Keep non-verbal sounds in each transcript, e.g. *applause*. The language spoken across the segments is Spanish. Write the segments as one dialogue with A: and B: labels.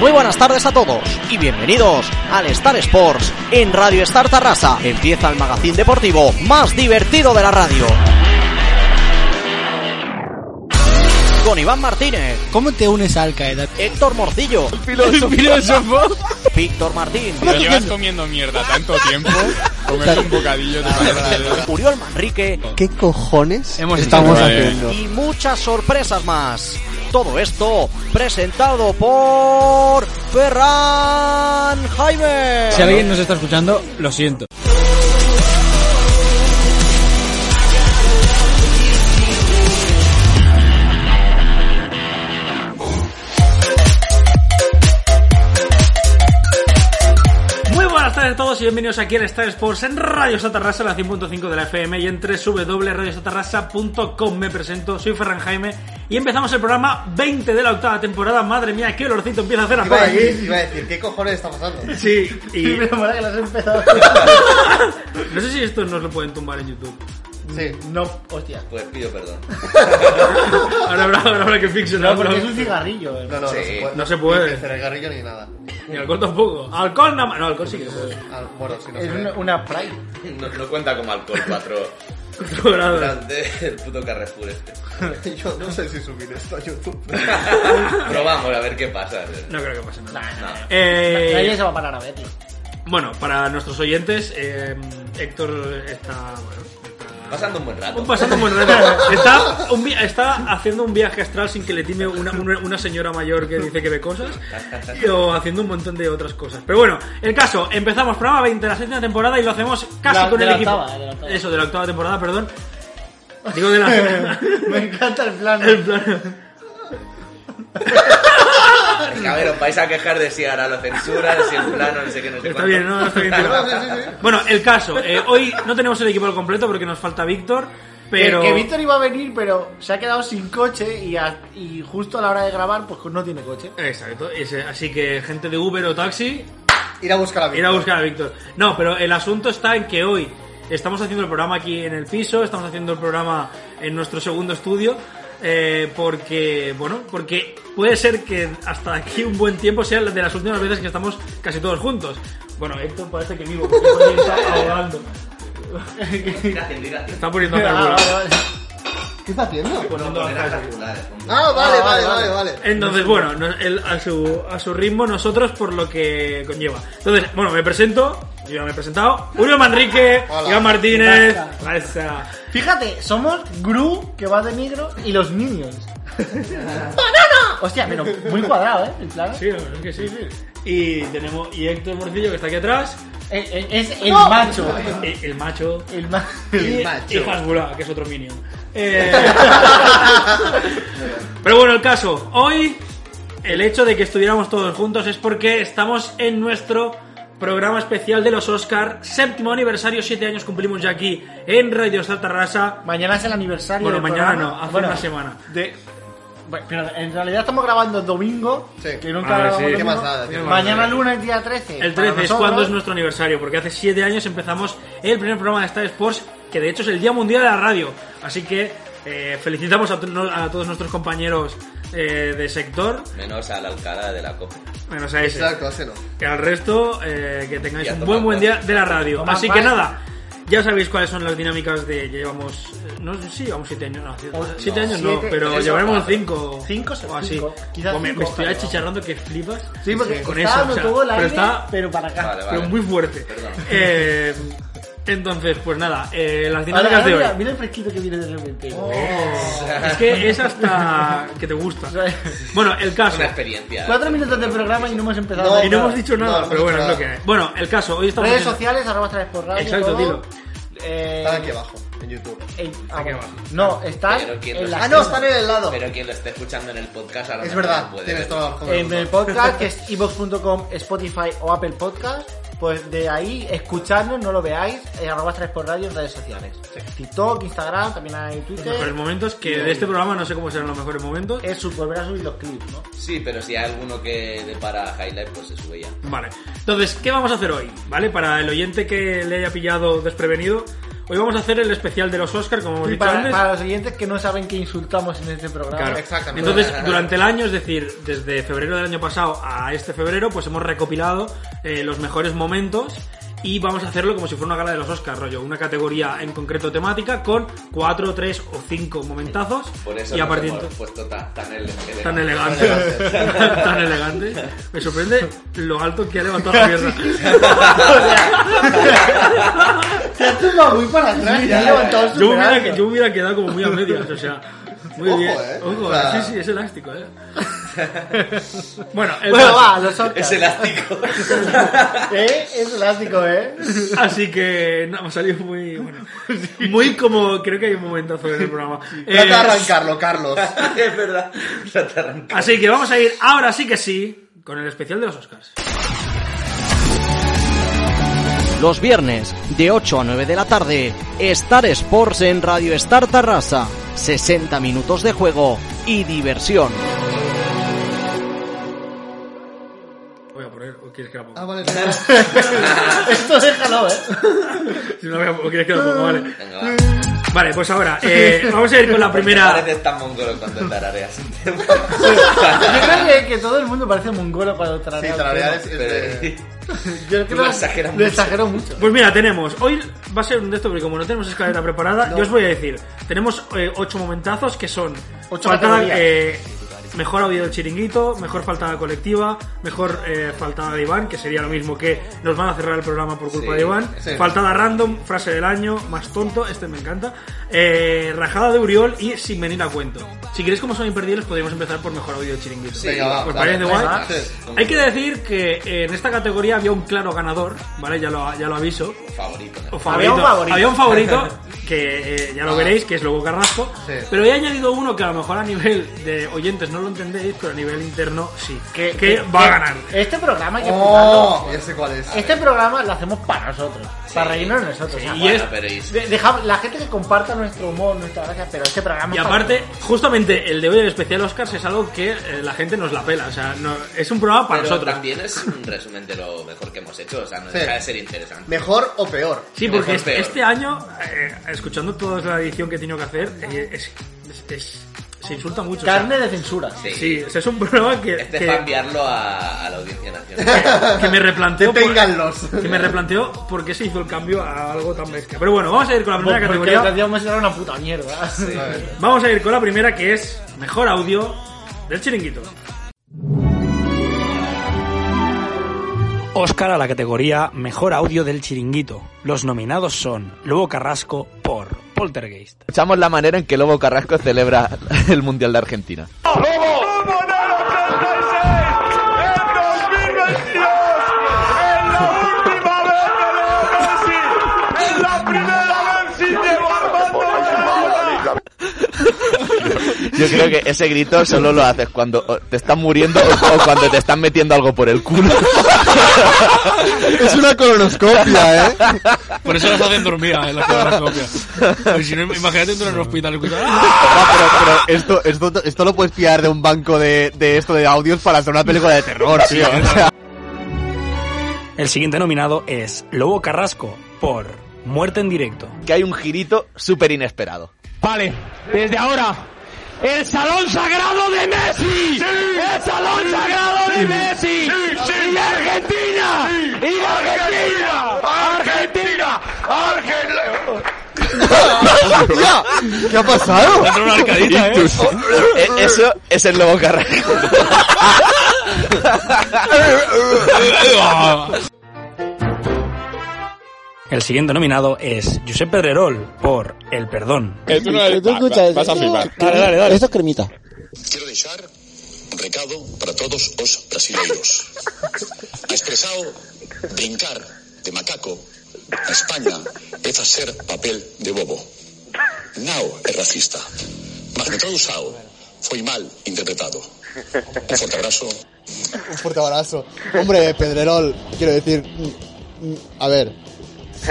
A: Muy buenas tardes a todos y bienvenidos al Star Sports en Radio Star Tarrasa. Empieza el magazín deportivo más divertido de la radio. Con Iván Martínez,
B: ¿Cómo te unes a Al Qaeda?
A: Héctor Morcillo, *laughs*
B: filósofo?
A: Víctor Martín,
C: Pero llevas comiendo mierda tanto tiempo, comerte un bocadillo te parece-
A: Uriol Manrique
D: ¿Qué cojones
B: Hemos
D: estamos
C: hecho, eh.
D: haciendo?
A: y muchas sorpresas más. Todo esto presentado por Ferran Jaime.
B: Si alguien nos está escuchando, lo siento.
E: Muy buenas tardes a todos y bienvenidos aquí al Star Sports en Radio Satarrasa, la 100.5 de la FM y en www.radiosatarrasa.com. Me presento, soy Ferran Jaime y empezamos el programa 20 de la octava temporada. Madre mía, qué olorcito empieza a hacer a
D: Iba a
E: por aquí.
D: decir, iba a decir, ¿qué cojones está pasando?
E: Sí, y
D: *laughs* me mola que las he empezado.
E: *laughs* no sé si esto nos lo pueden tumbar en YouTube.
D: Sí.
E: No,
D: Hostia.
F: Pues pido perdón.
E: *laughs* ahora habrá, ahora habrá que fixarlo.
D: cigarrillo. No, no,
F: Sí.
D: no se puede.
E: No se puede.
D: Ni el cigarrillo ni nada.
E: Ni alcohol tampoco. Alcohol nada más. No, alcohol sí que se puede. *laughs*
D: Ah, bueno, si no se
G: Es
D: ve.
G: una, una Pride.
F: No, no cuenta como alcohol, cuatro.
E: Cobrado.
F: Durante el puto Carrefour este.
D: Yo no sé si subir esto a YouTube.
F: Probamos a ver qué pasa.
E: No creo que pase nada.
F: Nada.
E: Eh,
G: Nadie se va a parar a verlo.
E: Bueno, para nuestros oyentes, eh, Héctor está. Bueno, está
F: Pasando un buen
E: Un
F: rato.
E: pasando un buen rato. Está, un vi- está haciendo un viaje astral sin que le time una, una- una señora mayor que dice que ve cosas. y- O haciendo un montón de otras cosas. Pero bueno, el caso, empezamos programa 20 de la séptima temporada y lo hacemos casi
G: La-
E: con
G: de
E: el
G: la
E: equipo.
G: octava, de la octava.
E: Eso, de la octava temporada, perdón. Digo de
G: *laughs*
E: la.
G: *laughs* Me encanta el plan.
E: el plan-
F: A ver, os vais a quejar de si ahora lo censuran, si en plano, no sé qué, no sé
E: Está
F: cuánto.
E: bien, ¿no? Está bien. Bueno, el caso. eh, hoy no tenemos el equipo al completo porque nos falta Víctor. Pero.
G: Que, que Víctor iba a venir, pero se ha quedado sin coche y, a- y justo a la hora de grabar, pues no tiene coche.
E: Exacto. ese- Así que gente de Uber o taxi,
D: Ir a buscar a
E: Ir a buscar a Víctor. No, pero el asunto está en que hoy estamos haciendo el programa aquí en el piso, estamos haciendo el programa en nuestro segundo estudio, eh, porque, bueno, porque puede ser que hasta aquí un buen tiempo sea de las últimas veces que estamos casi todos juntos. Bueno, Héctor parece que vivo, porque parece que está ahogando. *laughs*
F: Gracias, gracias.
E: Está
G: *laughs*
E: poniendo
G: Ah,
E: carburo.
G: vale, vale.
D: ¿Qué está haciendo?
E: Poniendo carburo.
D: *laughs* Ah, vale, vale, vale, vale.
E: Entonces, bueno, no- él a su, a su ritmo, nosotros por lo que conlleva. Entonces, bueno, me presento, yo ya me he presentado. Julio Manrique,
D: Hola.
E: Iván Martínez,
G: Gracias.
E: Gracias.
G: Fíjate, somos Gru, que va de negro, y los Minions. *laughs* ¡Banana! Hostia, pero muy cuadrado, ¿eh? El plan.
E: Sí, la verdad es que sí, Y tenemos y Héctor Morcillo que está aquí atrás,
G: Eh, eh, Es, el *laughs*
D: ¡No!
G: macho.
E: el, el macho
G: El macho.
D: El
E: y,
D: macho.
E: y Hasbula, que es otro *laughs* minion. Eh, Pero bueno, el caso, hoy el hecho de que estuviéramos todos juntos es porque estamos en nuestro programa especial de los Oscar, séptimo aniversario, siete años cumplimos ya aquí en Radio Salta Rasa.
G: Mañana es el aniversario.
E: Bueno,
G: del
E: mañana
G: programa.
E: no, hace
G: Bueno,
E: una semana.
G: de- bueno, pero en realidad estamos grabando domingo.
D: Sí.
G: Que
E: Ah,
G: nunca grabamos
E: sí. ¿Qué
G: domingo.
D: más da? ¿Qué más
G: Mañana lunes, día 13.
E: El
G: para
E: 13 es
G: nosotros.
E: cuando es nuestro aniversario, porque hace 7 años empezamos el primer programa de Star Sports, que de hecho es el Día Mundial de la Radio. Así que eh, felicitamos a, to- no- a todos nuestros compañeros eh, de sector,
F: Menos a la alcalá de la copa.
E: menos a ese.
D: Exacto, así no.
E: Que al resto, eh, que tengáis
F: Y a
E: un
F: tomar
E: buen buen día
F: más.
E: de la radio.
G: Tomar
E: Así que
G: más.
E: nada, ya sabéis cuáles son las dinámicas de... ya llevamos... eh, No sé si llevamos 7 años, no. 7 años no,
G: siete,
E: pero
G: eso,
E: llevaremos
G: cuatro.
E: 5
G: Cinco,
E: o así.
G: cinco, quizás
E: Buah, me, me
G: cinco,
E: estoy
G: ojalá.
E: achicharrando que flipas.
G: Sí, porque
E: con
G: está
E: eso,
G: dando
E: o sea,
G: todo el
E: pero
G: aire,
E: está-
G: pero para acá.
F: Vale,
E: pero
F: vale.
E: muy fuerte.
F: Perdón.
E: Eh, entonces, pues nada, eh, las
G: Ahora,
E: dinámicas de
G: ahora
E: hoy.
G: mira, mira el fresquito que viene de repente.
D: Oh.
E: Es que es hasta que te
G: *laughs*
E: gusta. Bueno, el caso.
F: Una experiencia.
G: Cuatro minutos de programa y no hemos empezado.
D: No,
G: nada.
E: Y no hemos dicho nada,
D: No, no
E: pero
D: hemos
E: bueno, es
D: dicho
E: lo que
D: nada.
E: hay. Bueno, el caso, hoy estamos.
G: Redes
E: en-
G: sociales, arroba tres por radio.
E: Exacto,
G: todo.
E: dilo.
G: Eh,
D: Está aquí abajo, en YouTube.
G: el- ah,
E: Aquí
G: bueno.
E: abajo.
G: No, está
F: Pero quiero-
G: en la
D: Ah, no,
G: agenda.
D: están en el lado.
F: Pero quien lo esté escuchando en el podcast ahora
D: Es
F: mismo
D: verdad,
F: no puede
D: tienes
F: verlo.
D: toda la razón.
E: Eh,
G: en el podcast, que es ibox.com, Spotify o Apple Podcast, pues de ahí escuchadnos, no lo veáis, eh, arroba 3 por radio en redes sociales. TikTok, Instagram, también hay
E: Los
G: Twitter.
E: mejores momentos que de este programa no sé cómo serán los mejores momentos.
G: Es su- volver a subir los clips, ¿no?
F: Sí, pero si hay alguno que le para highlight, pues se sube ya.
E: Vale. Entonces, ¿qué vamos a hacer hoy? ¿Vale? Para el oyente que le haya pillado desprevenido, Hoy vamos a hacer el especial de los Oscars, como hemos
G: Y
E: dicho
G: para,
E: antes.
G: para los oyentes que no saben que insultamos en este programa.
E: Claro.
D: Exactamente.
E: Entonces, durante el año, es decir, desde febrero del año pasado a este febrero, pues hemos recopilado eh, los mejores momentos y vamos a hacerlo como si fuera una gala de los Oscars, rollo, una categoría en concreto temática con cuatro, tres o cinco momentazos
F: Por eso
E: y a
F: nos
E: partir
F: hemos puesto ta- tan, ele- elegante.
E: tan elegante, tan elegante. Me sorprende lo alto que ha levantado Javier.
D: Te has tumbado muy para atrás y te has levantado
E: Yo
D: súper
E: hubiera,
D: alto.
E: yo hubiera quedado como muy a medias, o sea. Muy
D: Ojo,
E: bien.
D: eh.
E: Ojo,
D: O sea-
E: sí, sí, es elástico,
D: *laughs*
E: eh. bueno, el
G: Bueno,
E: caso.
G: va, los Oscars.
F: Es elástico. *laughs*
G: *laughs* ¿Eh? Es elástico, ¿eh? *laughs*
E: Así que no, me ha salido muy bueno. Muy como creo que hay un momentazo en el programa. Eh,
D: Trata de arrancarlo, Carlos.
F: es verdad. No te arranca.
E: así que vamos a ir ahora sí que sí con el especial de los Oscars.
A: Los viernes, de 8 a 9 de la tarde, Star Sports en Radio Star Tarrasa. 60 minutos de juego y diversión.
E: Voy a poner, o quieres que la ponga.
D: Ah, *laughs* vale.
G: Esto déjalo, ¿eh?
E: Si no la voy a- o quieres que la ponga, vale.
F: Venga, va.
E: Vale, pues ahora, eh, vamos a ir
D: *laughs*
E: con la primera.
F: Pareces tan mongolo cuando tarareas. *laughs*
G: Yo creo que, que todo el mundo parece mongolo cuando
D: Sí,
G: tararea. el
D: talarear es,
G: tema.
D: es de-
F: Pero-
G: Yo creo que
F: Tú lo exageras
G: lo
F: mucho.
G: exagero mucho.
E: Pues mira, tenemos. Hoy va a ser un de estos, porque como no tenemos escalera preparada, yo os voy a decir. Tenemos eh, ocho momentazos que son.
G: Ocho
E: faltada,
G: categorías.
E: eh, mejor audio del chiringuito, mejor faltada colectiva, mejor eh, faltada de Iván, que sería lo mismo que nos van a cerrar el programa por culpa
F: Sí,
E: de Iván.
D: sí.
E: Faltada random, frase del año, más tonto, este me encanta. eh, rajada de Uriol y sin venir a cuento. Si queréis, como son imperdibles, podríamos empezar por mejor audio del chiringuito.
F: Sí,
D: Venga, va.
E: ¿Os
D: dale,
E: parece pues guay?
D: venga, sí.
E: Hay que decir que eh, en esta categoría había un claro ganador, ¿vale? Ya lo, ya lo aviso.
F: Favorito. ¿no?
E: O
G: Había un favorito.
E: Había
G: *laughs*
E: un favorito, que eh, ya lo veréis, que es luego Carrasco.
D: Sí.
E: Pero he añadido uno que a lo mejor a nivel de oyentes no lo entendéis, pero a nivel interno sí. Que, va a ganar.
G: Este programa hay que
D: Oh,
G: explicarlo.
D: ya sé cuál es.
G: Este programa lo hacemos para nosotros, para reírnos de nosotros.
F: Sí,
G: O sea,
E: y
F: bueno,
E: es-
F: pero y-
G: de- dejad- la gente que comparta nuestro humor, nuestra gracia, pero este programa.
E: Y
G: es para
E: aparte,
G: nosotros.
E: justamente el de hoy del especial Oscars es algo que eh, la gente nos la pela. O sea, no- es un programa para
F: Pero
E: nosotros.
F: también es un resumen de lo mejor que hemos hecho. O sea, no
D: Sí.
F: deja de ser interesante.
D: ¿Mejor o peor?
E: Sí, porque
F: Mejor,
E: este,
F: peor.
E: este año, eh, escuchando toda la edición que he tenido que hacer, eh, es- es- es- se insulta mucho. o sea,
G: Carne de censura.
F: Sí.
E: Sí, o sea, es un programa que,
F: Este es
E: que-
F: para enviarlo a, a la
E: *laughs*
F: audiencia nacional.
E: que
H: *laughs*
E: me replanteo. por-
D: Deténganlos.
E: *laughs* que me replanteo por qué se hizo el cambio a algo tan bestia. Pero bueno, vamos a ir con la primera
G: Porque
E: categoría.
G: lo que hacíamos era una puta mierda.
E: Vamos a ir con la primera que es mejor audio del chiringuito.
I: Oscar a la categoría Mejor Audio del Chiringuito. Los nominados son Lobo Carrasco por Poltergeist.
J: Escuchamos la manera en que Lobo Carrasco celebra el Mundial de Argentina. Yo creo que ese grito solo lo haces cuando o te están muriendo o, o cuando te están metiendo algo por el culo.
A: Es una colonoscopia, ¿eh?
B: Por eso las hacen dormidas en las colonoscopias. Pues si no, imagínate entrar en un hospital escuchando. ¡Ah!
K: No, pero, pero esto, esto, esto lo puedes pillar de un banco de, de esto de audios para hacer una película de terror, tío. O sea,
I: El siguiente nominado es Lobo Carrasco por Muerte en Directo.
J: Que hay un girito súper inesperado.
K: Vale, desde ahora, el salón sagrado de Messi. El salón sagrado de Messi. Y Argentina. Y Argentina. Argentina. *laughs* Argentina. ¿Qué ha pasado?
B: Entra una arcadita, ¿eh?
J: E- eso es el Lobo Carrasco.
I: El siguiente nominado es Josep Pedrerol por El Perdón.
C: Eh, tú no eres- va- va- vas a flipar.
I: Dale, dale, dale.
L: Quiero deixar un recado para todos os brasileiros. Expresado brincar de macaco a España é facer papel de bobo. Nao é racista, mas no todo usado foi mal interpretado. Un forte abrazo.
K: Un fuerte abrazo. Hombre, Pedrerol, quiero decir. mm, mm, A ver.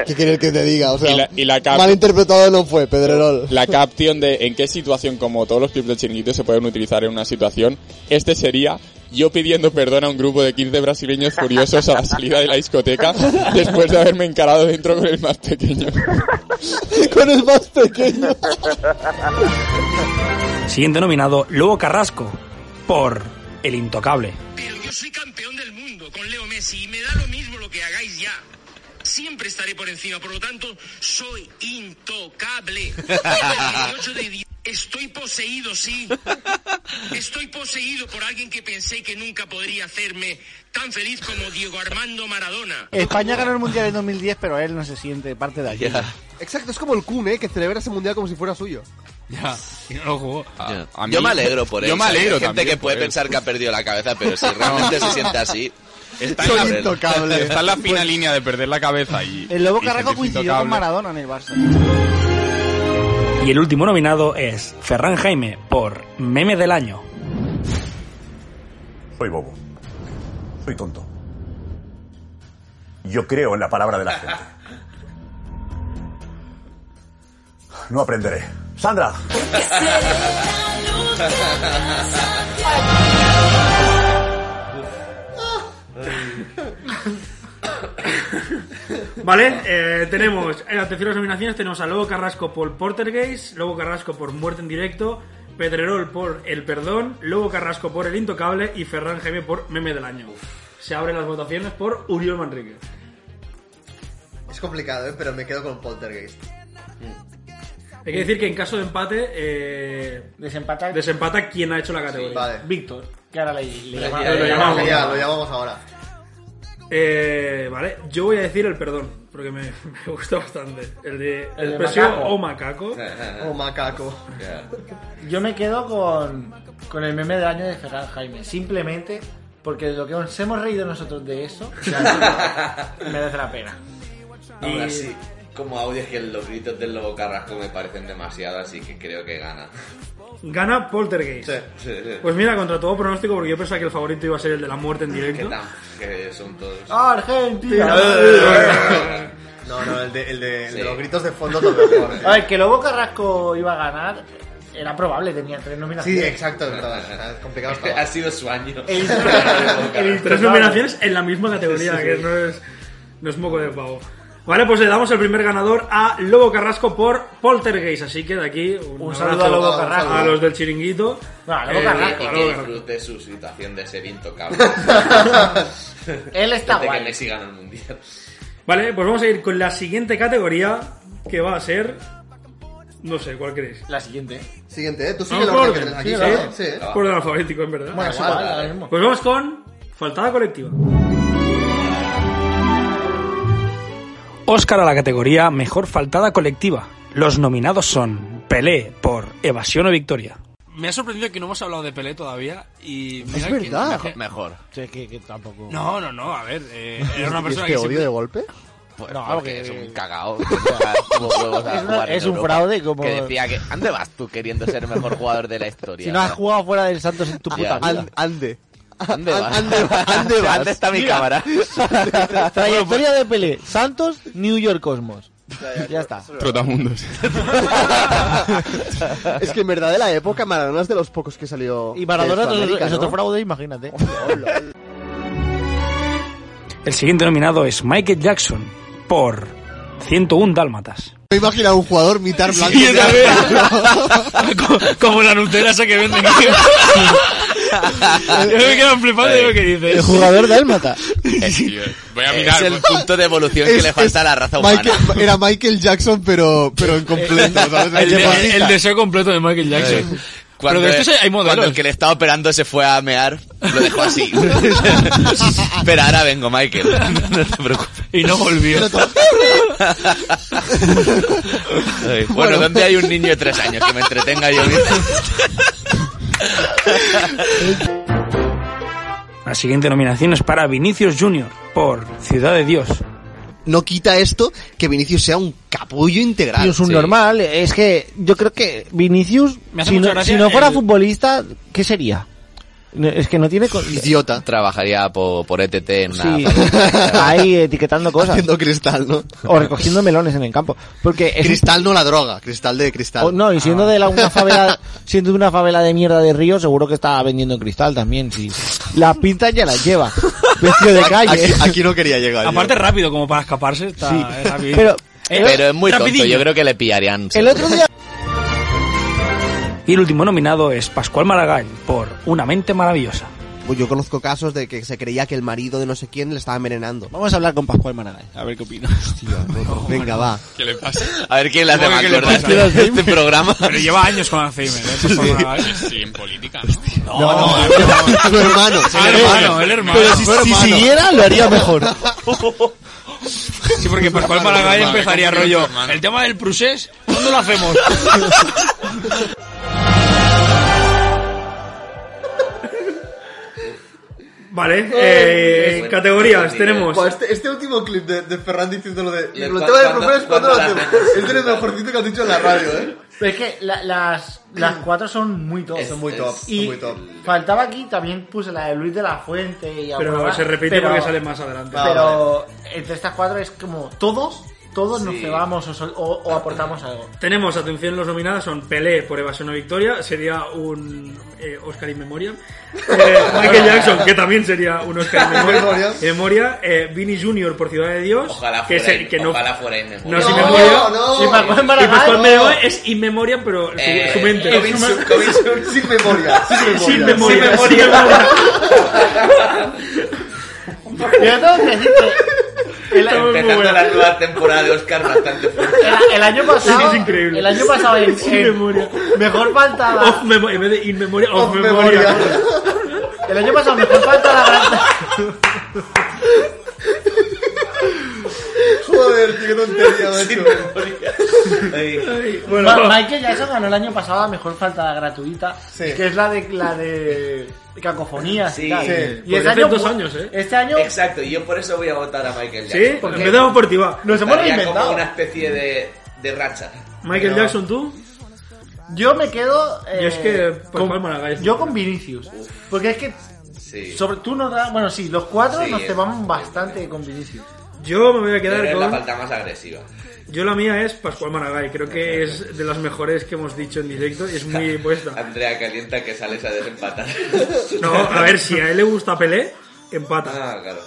K: ¿Qué quieres que te diga? O sea,
C: Y la- y la cap-
K: malinterpretado no fue, Pedrerol.
C: La caption de en qué situación, como todos los clips de chiringuito, se pueden utilizar en una situación. Este sería yo pidiendo perdón a un grupo de 15 brasileños furiosos a la salida de la discoteca después de haberme encarado dentro con el más pequeño.
D: *laughs*
K: Con el más pequeño.
I: Siguiente nominado, Luego Carrasco, por El Intocable.
M: Yo soy campeón del mundo con Leo Messi y me da lo mismo lo que hagáis ya. Siempre estaré por encima, por lo tanto, soy intocable. Tengo 18 de di- Estoy poseído, sí. Estoy poseído por alguien que pensé que nunca podría hacerme tan feliz como Diego Armando Maradona.
G: España ganó el mundial en 2010, pero él no se siente parte de allí.
H: Exacto, es como el Kun, ¿eh? Que celebra ese mundial como si fuera suyo.
B: Ya, y no lo jugó.
C: Ah, A mí-
J: yo me
C: *laughs*
J: alegro por él.
C: Yo me
J: o sea,
C: alegro
J: Hay gente
C: también
J: que
C: por
J: puede
C: él.
J: pensar que ha perdido la cabeza,
C: *laughs*
J: pero si realmente se siente así. Está en la-
C: Está en la fina línea de perder la cabeza y.
G: El Lobo
C: y
G: Carrasco
C: sentirse
G: coincidió con
C: intocable.
G: Maradona en el Barça.
I: Y el último nominado es Ferran Jaime, por Meme del Año.
N: Soy bobo. Soy tonto. Yo creo en la palabra de la gente. No aprenderé. Sandra.
E: Vale, eh, tenemos en las terceras nominaciones tenemos a Lobo Carrasco por Portergeist, Lobo Carrasco por Muerte en Directo, Pedrerol por El Perdón, Lobo Carrasco por El Intocable y Ferran Jaime por Meme del Año. Se abren las votaciones por Uriol Manrique.
H: Es complicado, ¿eh? Pero me quedo con Poltergeist.
E: Hay que decir que en caso de empate... eh,
G: desempata,
E: quien ha hecho la categoría.
G: Víctor, que ahora le, le
E: Ya,
G: llamamos.
E: ya, ya, ya, ya, lo
H: llamamos ahora.
E: Eh, vale, yo voy a decir El Perdón, porque me, *laughs* me gustó bastante. El de
G: El de
E: expresión
G: macaco.
E: o macaco.
D: Oh,
H: O macaco.
G: Yo me quedo con, con el meme del año de Ferran Jaime, simplemente porque de lo que nos hemos reído nosotros de eso, o
E: *laughs*
G: sea, merece la pena.
F: Aún
G: Y-
F: así, como audio es que los gritos del lobo carrasco me parecen demasiado, así que creo que gana. *laughs*
E: Gana Poltergeist.
F: Sí, sí.
E: Pues mira, contra todo pronóstico, porque yo pensaba que el favorito iba a ser el de la muerte en
F: Que
E: directo.
F: tan- que son todos.
E: Ah,
G: ¡Argentina!
H: No, no, el de, el de, el de
F: Sí.
H: los gritos de fondo es lo
F: *laughs*
H: mejor.
G: A ver, que Lobo Carrasco iba a ganar era probable, tenía tres
H: Sí,
G: nominaciones.
H: exacto, es verdad. Es
F: *laughs*
H: complicado.
F: Ha sido su año. *laughs*
E: Tres nominaciones en la misma categoría,
F: Sí, sí.
E: que no es, no es moco de pavo. Vale, pues le damos el primer ganador a Lobo Carrasco por Poltergeist. Así que de aquí un,
G: Un
E: abrazo
G: saludo a Lobo Carrasco.
E: a los del chiringuito.
G: Lobo
E: Eh,
G: Carrasco.
E: a Lobo
F: Que
E: Carrasco.
F: disfrute su situación de ser intocable.
G: Él está
F: Desde
G: guay.
F: que Messi gana el mundial.
E: Vale, pues vamos a ir con la siguiente categoría, que va a ser... No sé, ¿cuál creéis?
G: La siguiente.
H: Siguiente, ¿eh? Tú sigue
E: Vamos
H: la
E: por
H: orden que
E: orden,
H: tenés
E: sí,
H: aquí,
E: ¿verdad?
H: ¿sabes? Sí, ¿eh?
F: Ah.
E: Por orden alfabético, en verdad.
H: Bueno, Da igual, igual, ahora dale. mismo.
E: Pues vamos con faltada colectiva.
I: Óscar a la categoría Mejor Faltada Colectiva. Los nominados son Pelé por Evasión o Victoria.
B: Me ha sorprendido que no hemos hablado de Pelé todavía y mira que-
J: Mejor. mejor.
G: que, tampoco.
B: No, no, no, a ver, eh,
J: *laughs* ¿Y
B: era una
J: es- y
B: persona
J: es que
B: que
J: odio
B: siempre-
J: de
H: golpe?
J: Pues
G: No,
J: no,
G: porque-
J: porque es un cagao. que juega *laughs* como huevos a
G: Es una-
J: jugar en
G: es un
J: Europa,
G: fraude como-
J: Que decía que, ¿dónde vas tú queriendo ser el mejor jugador de la historia?
D: Si no has jugado fuera del Santos en tu
J: Ya.
D: puta vida. Ande.
J: ¿Dónde vas?
D: Ande, ande vas.
J: *laughs* ¿Dónde está mi
D: Mira.
J: cámara?
D: Trayectoria de Pelé. Santos, New York Cosmos. Ya está.
C: Trotamundos.
D: Es que en verdad de la época Maradona es de los pocos que salió.
G: Y Maradona
D: de
G: es otro-
D: Sudamérica,
G: es otro
D: ¿no?
G: fraude, imagínate.
I: El siguiente nominado es Michael Jackson por 101 Dálmatas.
D: Me imagino a un jugador mitar blanco.
B: Sí, yo
J: *laughs*
B: también. Co- *laughs* Como la Nutella esa que venden. Yo me quedo flipado de lo que dices.
D: El jugador *laughs* dálmata.
C: Voy a
J: Es
C: mirar.
J: el punto de evolución que
D: Es-
J: le falta a la raza humana.
D: Michael- era Michael Jackson, pero, pero incompleto. ¿sabes?
B: El, de-
J: deportista.
B: el deseo completo de Michael Jackson. Pero
J: Cuando,
B: de estos hay
J: cuando el
B: modelos.
J: que le estaba operando se fue a mear, lo dejó así. Espera, ahora vengo, Michael. No te preocupes.
B: Y no volvió.
J: Ay, Bueno, ¿dónde hay un niño de tres años que me entretenga yo mismo?
I: La siguiente nominación es para Vinicius Jr. por Ciudad de Dios.
D: No quita esto que Vinicius sea un capullo integral.
G: Tío, es un normal. Es que yo creo que Vinicius,
D: Me hace
G: si
D: mucha
G: no,
D: gracia
G: si no fuera
D: el-
G: futbolista, ¿qué sería? No, Es que no tiene... con-
D: Idiota.
J: Trabajaría po- por ETT en una...
D: *laughs*
G: Sí,
J: fábrica.
G: ahí etiquetando cosas.
D: Haciendo cristal, ¿no?
G: O recogiendo melones en el campo. Porque es-
D: Cristal no la droga, cristal de cristal.
G: o no, y
O: Ah. *laughs*
G: siendo de la, una favela, siendo de una favela de mierda de Río, seguro que está vendiendo cristal también. Sí.
D: Las pintas ya
O: *laughs*
D: las lleva. Vestido de calle.
J: *laughs* Aquí, aquí no quería llegar. yo.
B: Aparte rápido, como para escaparse, está
D: Sí.
B: es rápido.
D: Pero-
J: pero, es muy tonto.
B: rapidillo.
J: Yo creo que le pillarían.
D: El otro día
I: *laughs* Y el último nominado es Pascual Maragall por Una mente maravillosa.
P: Pues yo conozco casos de que se creía que el marido de no sé quién le estaba envenenando.
D: Vamos a hablar con Pascual Maragall, a ver qué opina.
P: Venga, va.
J: ¿Qué le pasa? A ver quién le hace
B: ¿Cómo
J: más
B: que qué le
J: gorda
B: pasa?
J: este- este
B: *laughs*
J: programa.
B: Pero lleva años con Alzheimer, ¿eh? Pascual Maragall.
L: Sí, en política.
B: No, no, no.
P: Tu hermano.
B: Ah, el hermano, el hermano.
D: Pero si,
B: Tu hermano.
D: si siguiera, lo haría mejor.
B: Sí, porque Pascual Maragall empezaría rollo. El tema del Prusés, ¿cuándo lo hacemos?
E: Vale, eh, pues, categorías tenemos.
H: Buah, Este, este último clip de, de Ferran diciendo lo de.
F: De
H: lo
F: cu-
H: tema de
F: cuándo-
H: profesores, ¿cuándo lo
F: cuándo
H: hacemos?
F: la hacemos.
H: Este es el mejorcito que has dicho en la radio,
F: *laughs*
H: ¿eh?
G: Pero es que la- las, las cuatro son muy top.
H: Es- Son
F: Este
H: muy top,
G: Y
H: son muy top.
G: faltaba aquí, también puse la de Luis de la Fuente y
E: Pero
G: alguna más,
E: se repite porque sale más adelante. Ah,
G: Pero entre estas cuatro es como todos, todos nos
E: Sí.
G: cebamos o, sol- o- o aportamos algo.
E: Tenemos, atención, los nominados son Pelé por Evasión a Victoria, sería un eh, Oscar in Memoriam.
G: *laughs*
E: Eh, Michael Jackson, que también sería un Oscar in Memoriam. Memoria, eh, Vinny Jr. por Ciudad de Dios.
F: Ojalá
E: que
F: fuera,
E: es el
F: in-
E: que no-
F: ojalá fuera in
E: No,
F: memoria.
E: es in memoria.
H: no.
E: Y Pascual Maragall-
H: Y Pascual
E: No.
H: Maragall
E: es in memoria, pero su,
F: Eh,
E: su mente.
F: coming
E: *laughs*
F: soon, coming *laughs* soon.
H: Sin memoria, sin memoria.
E: Sin memoria,
H: Sin
E: sin
F: *laughs*
E: memoria.
G: Yo tengo que decir que el,
F: Empezando la nueva temporada de Oscar bastante fuerte.
G: el- el año pasado,
E: Es increíble.
G: el año pasado en-
E: Sin
G: en-
E: memoria.
G: mejor faltaba
E: Off memo- en vez de in memoria, off,
G: Off
E: memoria.
G: memoria.
E: *laughs*
G: El año pasado me falta la gran...
H: Joder, tío, qué tontería, macho.
G: Ma- Michael Jackson ganó el año pasado la mejor faltada gratuita, que es la de la de cacofonía.
F: Sí,
G: tal.
F: sí.
G: Y
F: Porque
G: este
F: hace
G: año,
F: dos
E: años, ¿eh?
G: Este año
F: Exacto, y yo por eso voy a votar a Michael
E: Sí,
F: Jackson.
E: Porque empezamos por ti, va.
G: Nos hemos
F: Estaría
G: reinventado.
F: como una especie de, de racha.
E: Michael Jackson, tú.
G: yo me quedo. eh,
E: Yo es que, pues, por
G: con-
E: favor, Maragall.
G: yo con Vinicius, porque es que sobre tú nos da, bueno sí, los cuatro
F: Sí,
G: nos
F: eh.
G: cebamos bastante con Vinicius.
E: Yo me voy a
F: Pero
E: quedar
F: es
E: con.
F: la falta más agresiva.
E: Yo la mía es Pascual Maragall, creo que es de las mejores que hemos dicho en directo y es muy puesta.
F: Andrea calienta que sales a desempatar.
E: No, a ver, si a él le gusta Pelé, empata.
F: Ah, claro.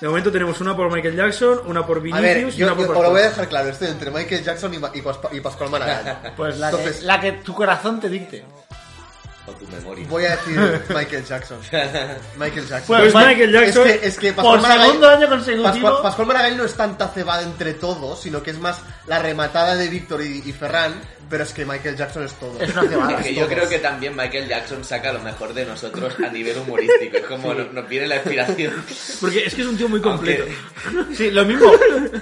E: De momento tenemos una por Michael Jackson, una por
H: A ver,
E: Vinicius y
H: yo,
E: una por
H: yo os lo voy a
E: Pascual.
H: dejar claro, estoy entre Michael Jackson y, Ma- y, Paspa- y Pascual Maragall.
G: Pues la,
H: Entonces,
G: que, la que tu corazón te dicte.
F: O tu memoria.
H: voy
G: *laughs*
H: a decir Michael Jackson. Michael Jackson.
E: Pues
H: Ma-
E: Michael Jackson,
H: Es que, es que
G: Por
H: Maragall-
G: segundo año consecutivo.
H: Pascual, Pascual Maragall no es tanta cebada entre todos, sino que es más la rematada de Víctor y, y Ferran, pero es que Michael Jackson es todo. *laughs*
F: Es que yo creo que también Michael Jackson saca lo mejor de nosotros a nivel humorístico. Es como nos, nos viene la inspiración.
E: Porque es que es un tío muy completo. *laughs*
G: Sí, lo mismo.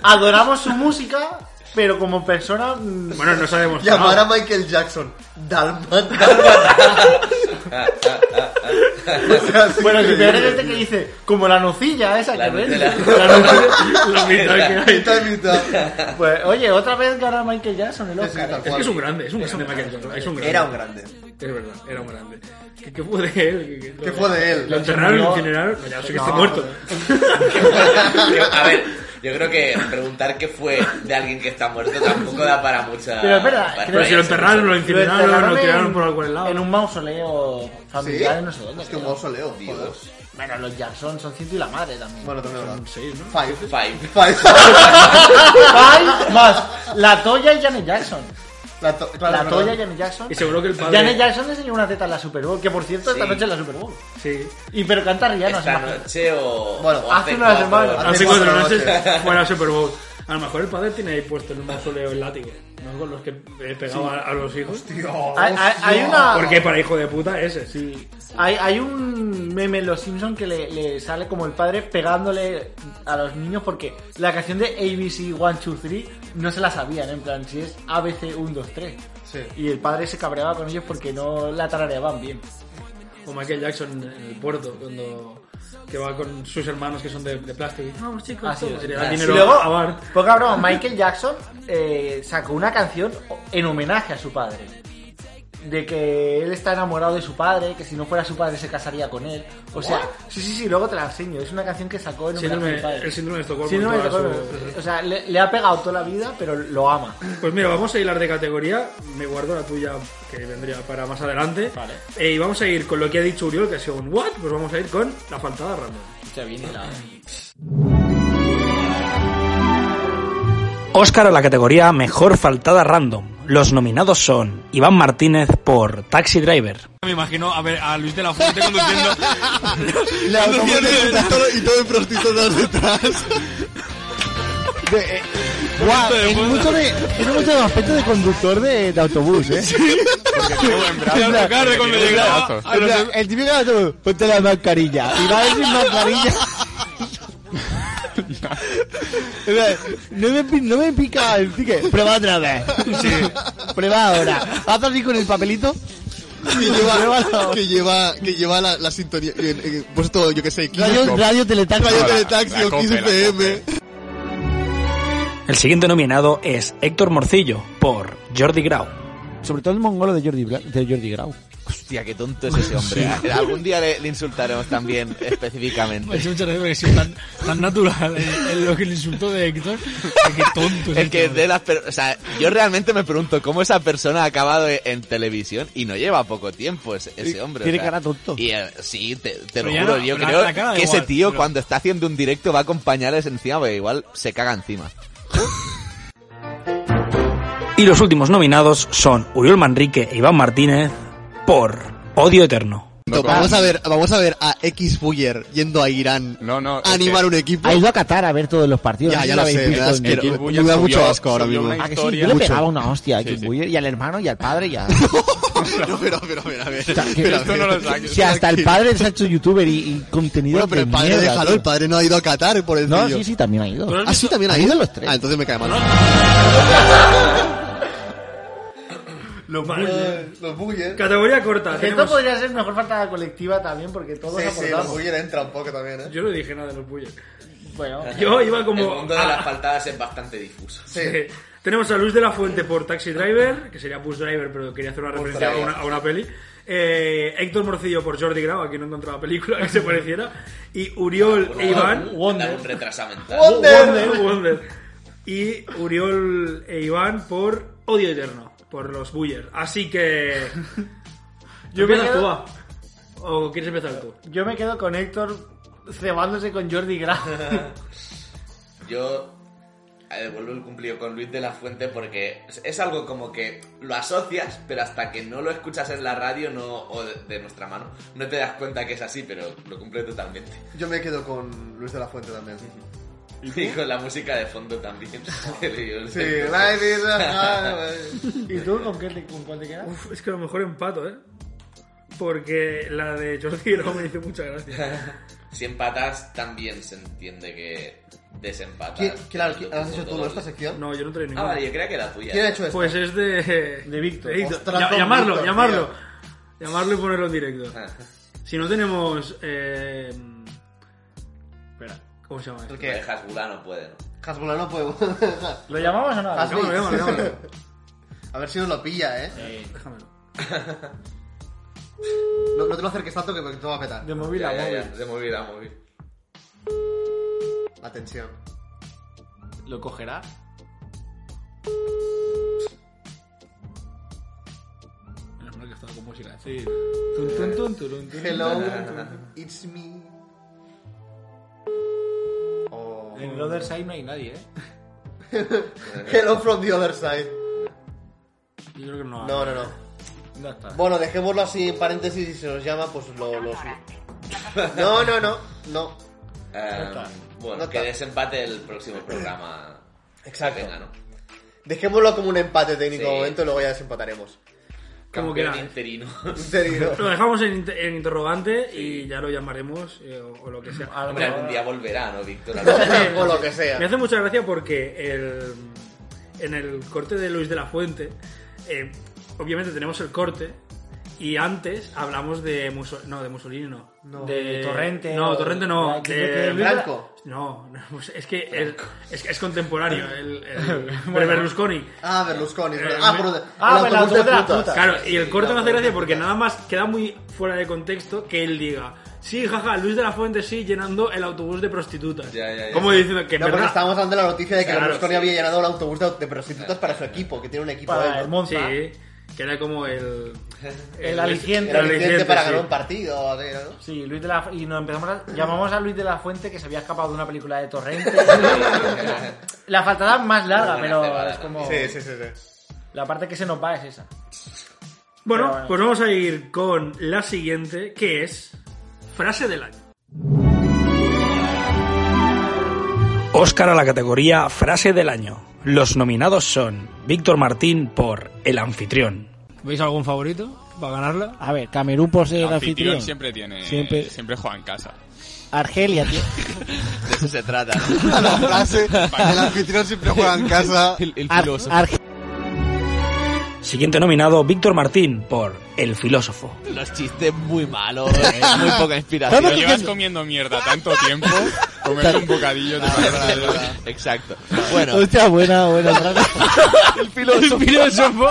G: Adoramos su música, pero como persona. mm, Bueno,
E: no sabemos.
H: Llamar a Michael Jackson Dalmat. *laughs*
G: Bueno, si te gente que dice, como la nocilla esa que vende. La, nocilla-
E: la mitad que hay.
H: Mitad, mitad.
G: Pues, oye, otra vez gana Michael Jackson el
H: Sí, sí, tal
G: Oscar. ¿eh?
E: Es que es un grande, es un grande Michael Jackson. Es un grande.
H: Era un grande.
E: Es verdad, era un grande. ¿Qué, qué fue de él? ¿Qué,
H: ¿Qué fue de él?
E: ¿Lo enterraron, lo incineraron? No, ya sé que está muerto.
F: *laughs* Yo- a ver, yo creo que preguntar qué fue de alguien que está muerto tampoco da para mucha.
G: Pero es verdad,
F: para-
G: creo-
E: Pero si lo enterraron, lo incineraron, lo
G: en-
E: tiraron por algún lado.
G: En un mausoleo familiar, no sé dónde.
H: Es que un
G: creo.
H: mausoleo, Dios.
G: Bueno, los Jackson son ciento y la madre también.
H: Bueno, también
G: Son
H: verdad.
E: seis, ¿no?
H: Five. *laughs*
F: Five.
G: Five más la Toya y Janet Jackson.
H: La, to- claro,
G: la
H: verdad.
G: Toya y Janet Jackson.
E: Y seguro que el padre.
G: Janet Jackson enseñó una teta en la Super Bowl, que por cierto esta
F: Sí.
G: noche es la Super Bowl.
E: Sí.
G: Y pero canta Rihanna.
F: Esta
G: se imagina.
F: noche o.
G: Bueno,
F: o
G: hace una
F: cuatro
G: semana.
F: horas.
E: Hace
G: Hace
E: cuatro
G: cuatro
E: noches *laughs*
G: noches.
E: fuera Super Bowl. A lo mejor el padre tiene ahí puesto en un mausoleo el látigo, ¿no? Con los que eh, pegaba
G: Sí.
E: a los hijos.
G: Hay- hay- hay una-
E: Porque para hijo de puta ese.
G: Sí. Hay, hay un meme en Los Simpsons que le, le sale como el padre pegándole a los niños porque la canción de ABC 1, 2, 3 no se la sabían, en plan, si es ABC 1, 2, 3.
H: Sí.
G: Y el padre se cabreaba con ellos porque no la tarareaban bien.
E: O Michael Jackson en el puerto, cuando. Que va con sus hermanos que son de, de plástico. y, Vamos, chicos,
G: Así
E: toma",
G: es.
E: y le da
G: Ah, Y
E: dinero a
G: luego,
E: Bar.
G: poca broma, Michael Jackson eh, sacó una canción en homenaje a su padre. de que él está enamorado de su padre, que si no fuera su padre se casaría con él. O sea,
E: ¿What?
G: sí, sí, sí, luego te la enseño. Es una canción que sacó en un
E: Síndrome-
G: homenaje al padre.
E: el síndrome de Estocolmo
G: Síndrome de
E: en toda
G: Estocolmo.
E: su-
G: O sea, le, le ha pegado toda la vida, pero lo ama.
E: Pues mira, vamos a hilar de categoría. Me guardo la tuya que vendría para más adelante. Eh, y vamos a ir con lo que ha dicho Uriol, que ha sido un what. Pues vamos a ir con la faltada random.
I: Óscar a la categoría Mejor Faltada Random. Los nominados son Iván Martínez por Taxi Driver,
B: Me imagino a, ver, a Luis de la Fuente conduciendo.
J: *laughs*
K: autobús de
B: conduciendo-
K: y todo el prostitutas detrás.
D: eh, Guau, tiene mucho de- tiene mucho de aspecto de conductor de, de autobús, ¿eh?
K: brazo.
D: En plan-
K: Autocarre cuando
D: en plan-
K: llegaba.
D: en plan, El típico de autobús, ponte la mascarilla. Y va a decir mascarilla. En plan, No me, pi- no me pica el ticket. Prueba otra vez. Prueba ahora. Haz así con el papelito.
K: Que
D: Pruébalo.
K: lleva, que lleva, que lleva la, la sintonía. eh, eh, Pues todo, yo que sé.
D: Radio- radio Teletaxi.
K: Radio
D: La-
K: Teletaxi
D: la
K: o
D: cope,
K: 15
D: la
K: PM.
I: El siguiente nominado es Héctor Morcillo por Jordi Grau.
D: Sobre todo el mongolo de Jordi, Bra- de Jordi Grau.
J: Hostia, qué tonto es ese hombre.
D: Sí.
J: Algún día le, le insultaremos también
B: Me ha
J: específicamente.
B: hecho mucha gracia porque ha sido tan, tan natural eh, el, el- lo que le insultó de Héctor. Qué tonto
J: *laughs*
B: es
J: Es que de las per- o sea, yo realmente me pregunto cómo esa persona ha acabado e- en televisión y no lleva poco tiempo ese, ese hombre. o
D: Tiene
J: sea.
D: cara tonto.
J: Y eh, sí, te, te lo
D: Pero ya
J: juro,
D: no,
J: yo
D: pero
J: creo
D: la cara da
J: que ese
D: igual,
J: tío
D: pero-
J: cuando está haciendo un directo va con pañales encima, porque igual se caga encima.
I: Y los últimos nominados son Uriol Manrique e Iván Martínez por Odio Eterno.
K: Vamos a ver, vamos a ver a X Buyer yendo a Irán a animar un equipo.
D: Ha ido a Qatar a ver todos los partidos.
K: Ya,
D: No sé
K: ya
D: si
K: lo
D: habéis
K: sé,
D: visto
K: me das
D: en
K: que-
D: YouTube.
K: me- me da mucho asco ahora mismo.
D: ¿A que sí?
K: historia-
D: Yo le
K: Mucho.
D: pegaba una hostia a Keith Buller y al hermano y al
K: *laughs*
D: padre y a...
K: No, pero, pero, pero, a ver.
D: O sea, que-
K: pero, a ver.
D: Si hasta el padre se ha hecho youtuber y, y contenido
K: Bueno, pero el
D: de
K: padre,
D: mierda,
K: déjalo,
D: tío.
K: el padre no ha ido a Qatar, por el
D: No, sí, sí, también ha ido.
K: Ah, sí, también ha ido los tres. Ah, entonces me cae mal.
E: Los
H: Buller, Los Buller.
E: Categoría corta.
H: Esto
E: tenemos-
H: podría
G: ser mejor falta colectiva también, porque todos
H: Sí, sí, los
E: aportamos.
H: Buller entra un poco también, ¿eh?
E: Yo no dije nada de los bulles.
G: Bueno,
E: Yo iba como-
F: El mundo de las faltadas es bastante difuso.
E: Sí. *laughs* Tenemos a Luis de la Fuente por Taxi Driver, que sería Bus Driver, pero quería hacer una
F: Bus
E: referencia a
F: Driver.
E: una, a una peli. Eh, Héctor Morcillo por Jordi Grau, aquí no encontraba película que se pareciera. Y Uriol e Iván.
F: Wonder. Un retraso mental.
E: Wonder, Wonder. Y Uriol e Iván por Odio Eterno, por los Buller. Así que.
G: Yo
E: Yo empiezas
G: me quedo-
E: tú, va. ¿O quieres empezar tú?
G: Yo me quedo con Héctor cebándose con Jordi Grau.
F: Yo eh, devuelvo el cumplido con Luis de la Fuente porque es- es algo como que lo asocias, pero hasta que no lo escuchas en la radio no, o de, de nuestra mano, no te das cuenta que es así, pero lo cumple totalmente.
H: Yo me quedo con Luis de la Fuente también.
F: *laughs* Y con la música de fondo también. *laughs*
H: Sí, life is a
G: ¿Y tú con, qué te, con cuál te quedas?
E: Uf, es que a lo mejor empato, ¿eh? Porque la de Jordi *laughs* Grau me dice muchas gracias.
F: Si empatas, también se entiende que desempatas.
E: ¿Quién- quién la-
F: Todo
E: has hecho tú,
F: doble.
E: no? ¿Esta sección? No, yo no traigo
F: Ah,
E: ninguna.
F: vale, yo creía que era tuya. *laughs*
E: Pues es de. De Víctor.
F: Ostras,
E: Ya-
F: don
E: llamarlo,
F: Víctor,
E: llamarlo.
F: tío.
E: Llamarlo y ponerlo en directo. Si no tenemos. Eh... Espera, ¿cómo se llama esto?
F: Lo de Hasbula no puede, ¿no?
H: Hasbula no *laughs* puedo.
G: ¿Lo llamamos o no?
F: Ah,
H: Hasbi.
G: Lo llamamos, lo llamamos.
H: A ver si nos lo pilla, ¿eh?
E: Déjamelo.
H: No, no te lo acerques tanto que te va a petar.
G: De móvil
F: Ya, ya, ya, de móvil a móvil.
H: Atención.
G: ¿Lo cogerá?
E: Menos mal que estaba con música. ¿eh?
G: Sí. Tun, tun, tun, turun, turun.
H: Hello, it's me. Oh.
G: En el other side no hay nadie, ¿eh?
H: Hello from the other side.
E: Yo creo que no.
H: No, no, no.
G: No está.
H: Bueno, dejémoslo así en paréntesis y si nos llama, pues lo... lo- No, no, no. No.
F: Eh,
H: está.
F: bueno,
H: No está.
F: que desempate el próximo programa.
H: Exacto.
F: Venga, ¿no?
H: Dejémoslo como un empate técnico
F: Sí.
H: de momento y luego ya desempataremos.
E: Como
F: Campeón
J: *laughs*
E: queráis.
F: interino.
H: Interino.
E: Lo dejamos en, inter- en interrogante y ya lo llamaremos eh, o, o lo que sea.
F: Hombre, algún día volverá, ¿no, Víctor?
E: Sí,
H: *laughs* o lo
E: sí.
H: que sea.
E: Me hace mucha gracia porque el- en el corte de Luis de la Fuente, eh, obviamente tenemos el corte Y antes hablamos de Mussolini, no, de Mussolini no.
G: No,
E: de
G: de Torrente
E: No,
G: o-
E: Torrente no.
G: de-
E: de-
G: de Blanco.
E: No, no, pues es que el- es, es contemporáneo.
G: *laughs*
E: El, el-
H: Bueno.
E: Berlusconi.
H: Ah, Berlusconi.
E: Eh,
H: ah,
E: me-
H: pero de-
E: Ah,
H: el
E: el
H: autobús de
E: autobús de la
H: putas.
E: puta. Claro, y el
H: Sí,
E: corte me hace
H: autobús de
E: gracia porque nada más queda muy fuera de contexto que él diga. Sí, jaja, Luis de la Fuente sí llenando el autobús de prostitutas.
H: ya.
E: Como diciendo que en
H: No, porque
E: verdad-
H: estábamos dando la noticia de que
E: Claro,
H: Berlusconi
E: sí.
H: había llenado el autobús de, de prostitutas para su equipo, que tiene un equipo
E: Para
H: él, ¿no?
E: el Monza. Sí, que era como
H: *laughs*
E: el.
G: El aliciente.
H: El aliciente para
G: sí.
H: ganar un partido. así, ¿no?
G: Sí, Luis de la y nos empezamos a, llamamos a Luis de la Fuente que se había escapado de una película de Torrente. la faltada más larga,
H: Muy buena
G: pero
H: cebada
G: es como
H: también. Sí, sí, sí, sí.
G: la parte que se nos va es esa. Pero
E: Bueno,
G: bueno.
E: pues vamos a ir con la siguiente, que es frase del año.
I: Óscar a la categoría Frase del Año. Los nominados son Víctor Martín por El anfitrión.
B: ¿Veis algún favorito para ganarla?
D: A ver, Camerún posee el
B: Anfitrión
D: anfitrión.
J: siempre tiene-
D: Siempre.
J: Siempre juega en casa.
D: Argelia, tío.
J: De eso *laughs* se trata.
Q: La frase, el anfitrión siempre juega en casa.
D: Ar- Ar-
I: Siguiente nominado, Víctor Martín por El filósofo.
J: Los chistes muy malos, eh, muy
D: *laughs*
J: poca inspiración.
I: Vamos,
J: llevas
I: que-
J: comiendo mierda
B: *laughs*
J: tanto tiempo, comerte un bocadillo de Exacto. Bueno,
D: Hostia, buena, buena.
J: el filósofo.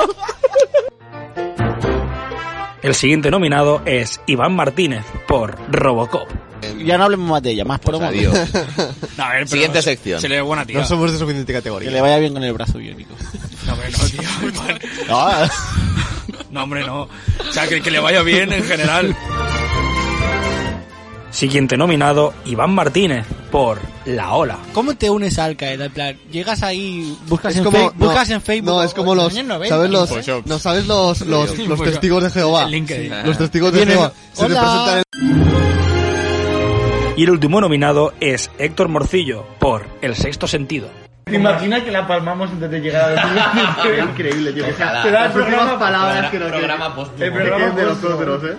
I: El siguiente nominado es Iván Martínez por Robocop.
D: ya no hablemos más de ella, más
J: *laughs*
D: promo.
I: adiós. Siguiente sección.
B: Se le ve buena tía.
Q: No somos de suficiente categoría.
D: Que le vaya bien con el brazo biónico.
B: No, hombre, no, tío. No, hombre, no. O sea, que, que le vaya bien en general.
I: Siguiente nominado, Iván Martínez por La Ola.
D: ¿Cómo te unes a Al Qaeda? En plan, llegas ahí, buscas,
Q: Es
D: en,
Q: como-
D: Fe-
Q: no,
D: buscas en Facebook.
Q: No, es como
D: en
Q: los.
D: años 90,
Q: ¿Sabes los,
D: Photoshop.
Q: no, ¿sabes los, los, los
D: Photoshop.
Q: testigos de Jehová?
D: El LinkedIn.
Q: Los testigos de
D: Vienen,
Q: Jehová. Se te
D: "Hola".
Q: presentan
I: Y el último nominado es Héctor Morcillo por El sexto sentido.
G: ¿Te imaginas que la palmamos antes de llegar a
H: Sería increíble, tío. que sea-
G: Te da el
H: Las últimas
G: programa-
H: palabras que nos
J: programa
H: queden.
J: póstumo.
H: El programa
J: Es de los
H: póstumo.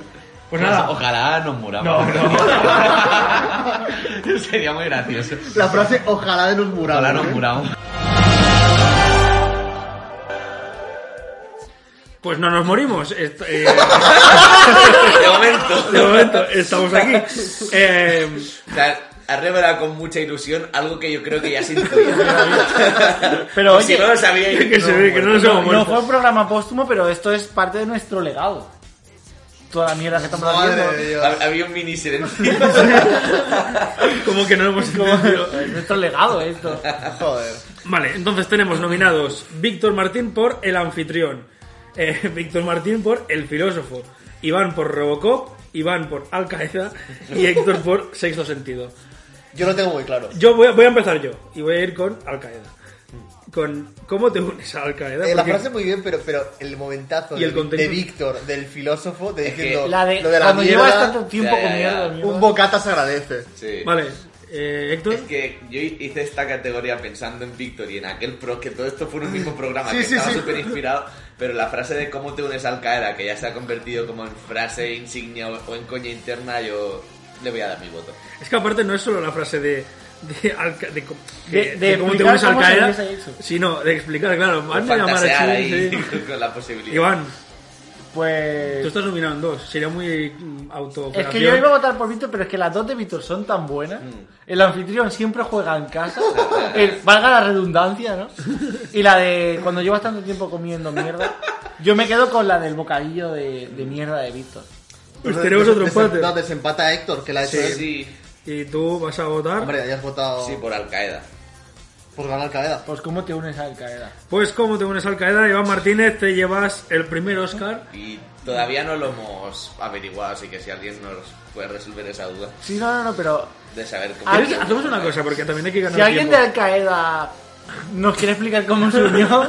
E: Pues nada.
J: Ojalá nos muramos. *laughs* Sería muy gracioso.
H: La frase ojalá de nos muramos.
J: Ojalá nos
H: ¿eh?
J: muramos.
E: Pues no nos morimos. Est- eh, *laughs*
F: De momento.
E: De momento, estamos aquí. Eh,
F: O sea, has revelado con mucha ilusión algo que yo creo que ya se intuía.
G: Pero
F: Pues
G: oye,
F: si no lo sabía,
E: que se ve que no nos hemos
G: No
E: muerto.
G: fue un programa póstumo, pero esto es parte de nuestro legado. Toda la mierda que estamos haciendo.
F: Ha- Había un mini silencio.
E: Como que no lo hemos entendido.
G: Es nuestro legado esto.
H: Joder.
E: Vale, entonces tenemos nominados Víctor Martín por El anfitrión, eh, Víctor Martín por El filósofo, Iván por Robocop, Iván por Al Qaeda y Héctor por Sexto Sentido.
H: Yo lo tengo muy claro.
E: Yo voy a, voy a empezar yo y voy a ir con Al Qaeda. Con ¿Cómo te unes a Al Qaeda?
H: Eh, la
E: Porque-
H: frase muy bien, pero, pero el momentazo
E: Y el
H: de-
E: contexto.
H: de Víctor, del filósofo, de diciendo
G: La de-
H: lo de la
G: cuando
H: mierda,
G: llevas tanto tiempo
F: Ya, ya,
G: con
F: ya.
G: mierda, mierda.
H: un bocata se agradece.
F: Sí.
E: Vale, eh, Héctor.
F: Es que yo hice esta categoría pensando en Víctor y en aquel pro que todo esto fue un mismo programa
H: Sí,
F: que
H: sí,
F: estaba
H: sí.
F: súper inspirado, pero la frase de cómo te unes al Qaeda, que ya se ha convertido como en frase insignia o, o en coña interna, yo le voy a dar mi voto.
E: Es que aparte no es solo la frase de. De, Al Qa- de, co-
F: De-
E: que-
F: de
E: de cómo te
F: explicar
E: unes al
F: cómo se
E: Qaeda,
F: unes a eso.
E: sino de explicar, claro.
F: O
E: Van a llamar a Chile,
F: fantasear ahí
E: sí.
F: *laughs* con la posibilidad.
E: Iván,
G: Pues.
E: tú estás nominado en dos. Sería muy mm, auto.
G: Es que yo iba a votar por Víctor, pero es que las dos de Víctor son tan buenas.
H: Mm.
G: El anfitrión siempre juega en casa. El- valga la redundancia, ¿no? Y la de cuando llevas tanto tiempo comiendo mierda. Yo me quedo con la del bocadillo de, de mierda de Víctor.
E: Pues tenemos otro empate.
H: No, desempata Héctor, que la ha hecho
E: Sí,
H: él.
E: Y tú vas a votar.
H: Hombre, ya has votado.
F: Sí, por Al Qaeda.
H: Por ganar Al Qaeda.
G: Pues cómo te unes a Al Qaeda.
E: Pues como te unes al Qaeda, Iván Martínez, te llevas el primer Oscar.
F: Y todavía no lo hemos averiguado, así que si alguien nos puede resolver esa duda
G: Sí, no, no, no, pero.
F: de saber cómo...
G: ¿Alguien-
E: Ah, Hacemos una cosa, porque también hay que ganar
G: Si alguien de
E: tiempo.
G: Al Qaeda nos quiere explicar cómo se unió.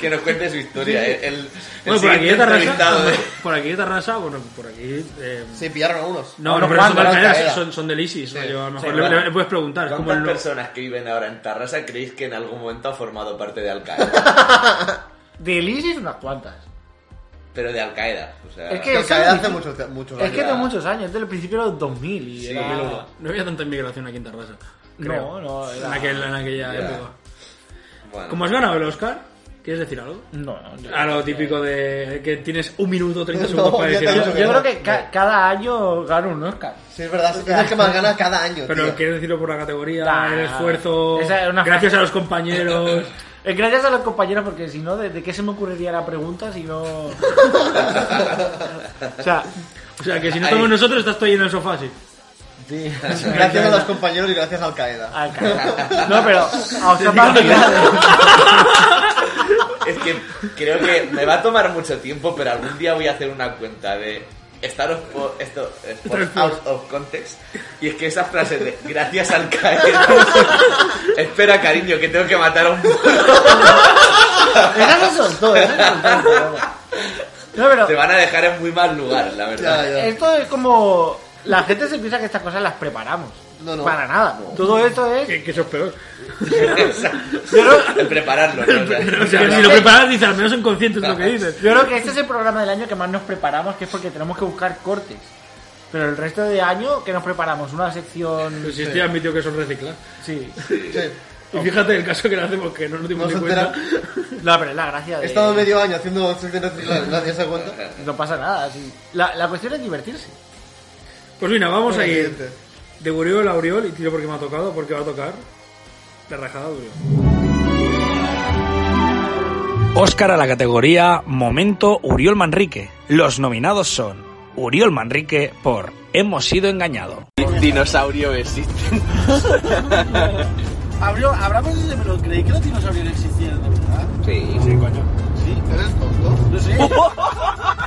F: Que nos cuente su historia.
E: Sí.
F: eh, El, el
E: Bueno, por aquí
F: siguiente
E: de
F: entrevistado eh.
E: Tarrasa.
F: de-
E: *laughs* Por aquí de Tarrasa, bueno, por aquí. eh,
H: Se pillaron a unos. Ah,
E: No, no, pero son, de Al Qaeda, son, son del ISIS. rollo, a lo mejor le, le- le puedes preguntar. es como
F: ¿Cuántas
E: el-
F: personas que viven ahora en Tarrasa creéis que en algún momento ha formado parte de Al Qaeda?
G: Del ISIS, unas cuantas.
F: *laughs* pero de Al Qaeda. O sea,
G: Es que
H: Eh, Al
G: eso
H: Qaeda
G: es
H: hace
G: difícil.
H: muchos, muchos
G: Es
H: años.
G: que de muchos años, desde el principio de los 2000 y
H: Sí.
G: era-
E: No había tanta inmigración aquí en Tarrasa.
G: No, no, era-
E: En, aquel- en aquella
G: Ya.
E: época.
F: Bueno. *laughs*
E: ¿Cómo has ganado el Oscar? ¿Quieres decir algo?
G: No,
H: Ah,
E: A lo típico de que tienes un
G: *laughs*
E: minuto, 30 segundos
G: No,
E: para
G: ya
E: decir
G: te he
E: algo.
G: dicho que Yo no. creo que ca- cada año gano un Oscar.
H: Sí, es verdad, es el que más gana cada año,
E: Pero
H: tío.
E: quiero decirlo por la categoría,
G: Ah,
E: el esfuerzo.
G: esa es una
E: gracias
G: frase.
E: a los
G: *laughs*
E: compañeros.
G: Eh, Gracias a los compañeros, porque si no, ¿de, de qué se me ocurriría la pregunta si no...? *laughs* o sea,
E: O sea, que si no estamos
G: Ahí.
E: nosotros, estás tú ahí en el sofá, sí.
H: Gracias a los compañeros y gracias a Al Qaeda.
G: Al Qaeda. No, pero ah, a
E: *laughs*
G: Oscar
F: *laughs* Es que creo que me va a tomar mucho tiempo, pero algún día voy a hacer una cuenta de Star of Po- esto, es por Out of Context. Y es que esa frase de gracias al caer. *laughs* Espera, cariño, que tengo que matar a un.
H: Eran esos dos,
G: No, pero-
F: Te van a dejar en muy mal lugar, la verdad.
G: Esto es como... La gente se piensa que estas cosas las preparamos.
H: No, no.
G: Para nada. Todo esto es...
E: Que, eso es peor.
F: *laughs* El prepararlo, ¿no? O sea,
E: O sea, que si lo preparas, dices, al menos son conscientes de lo que dices.
G: Yo creo que este es el programa del año que más nos preparamos, que es porque tenemos que buscar cortes. Pero el resto de año, que nos preparamos? Una sección...
E: Pero Pues si estoy admitido que son reciclar. *laughs*
G: Sí.
E: Y fíjate el caso que lo hacemos, que no nos dimos
H: No
E: ni
H: se
E: cuenta.
G: No, pero es la gracia
H: He
G: de...
H: estado medio año haciendo secciones de gracias a cuenta.
Q: Eh,
G: No pasa nada, sí. La, la cuestión es divertirse.
E: Pues mira, vamos a ir
G: Obviamente.
E: de Uriol a Uriol y tiro porque me ha tocado, porque va a tocar la rajada de Uriol.
I: Óscar a la categoría Momento Uriol Manrique. Los nominados son Uriol Manrique por Hemos sido engañado.
J: Dinosaurio existe.
D: Habló, hablamos de pero creí que los dinosaurios no existían, de verdad.
J: Sí, sí, coño.
D: Sí, eres tonto. No sé.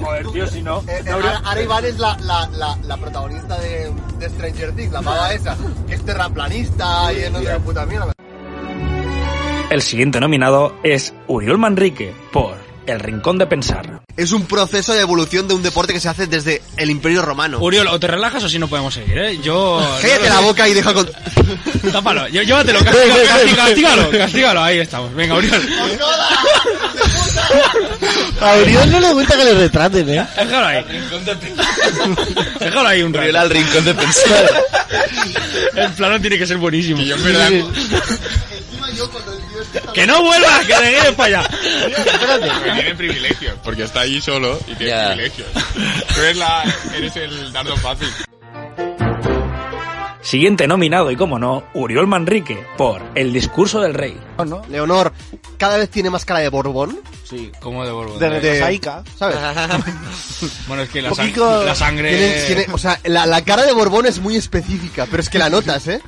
I: Joder, tío, si no.
Q: Eh, eh,
I: no habría-
Q: Ara- Ara Iván es la, la, la, la protagonista de, de Stranger Things, la pava esa, que es terraplanista y es no sé qué puta mierda.
I: El siguiente nominado es Uriol Manrique por El Rincón de Pensar.
Q: Es un proceso de evolución de un deporte que se hace desde el Imperio Romano.
B: Uriol, o te relajas o si no podemos seguir, ¿eh? Yo...
Q: Cállate la boca y deja con...
B: Tápalo, lló- llévatelo, castiga-
Q: Ven, ven, ven.
B: castiga- castígalo, castígalo, ahí estamos. Venga, Uriol.
D: A Oriol no le gusta que le retraten, ¿eh?
B: Déjalo ahí. Déjalo ahí un rato.
J: al rincón de pensar.
B: El plano tiene que ser buenísimo. Que, no vuelvas, que te quedes para allá.
C: Porque tiene privilegios, porque está allí solo y tiene privilegios. Tú eres, la, eres el dardo fácil.
I: Siguiente nominado y como no, Uriol Manrique por El Discurso del Rey.
Q: Leonor, cada vez tiene más cara de Borbón.
B: Sí, como de Borbón.
Q: De-
O: Eh,
Q: de-
D: Mosaica,
Q: ¿sabes?
B: Bueno, es que la,
Q: Un
B: sang-
Q: poquito-
B: la sangre.
Q: Tiene- tiene- o sea, la, la cara de Borbón es muy específica, pero es que la notas, ¿eh?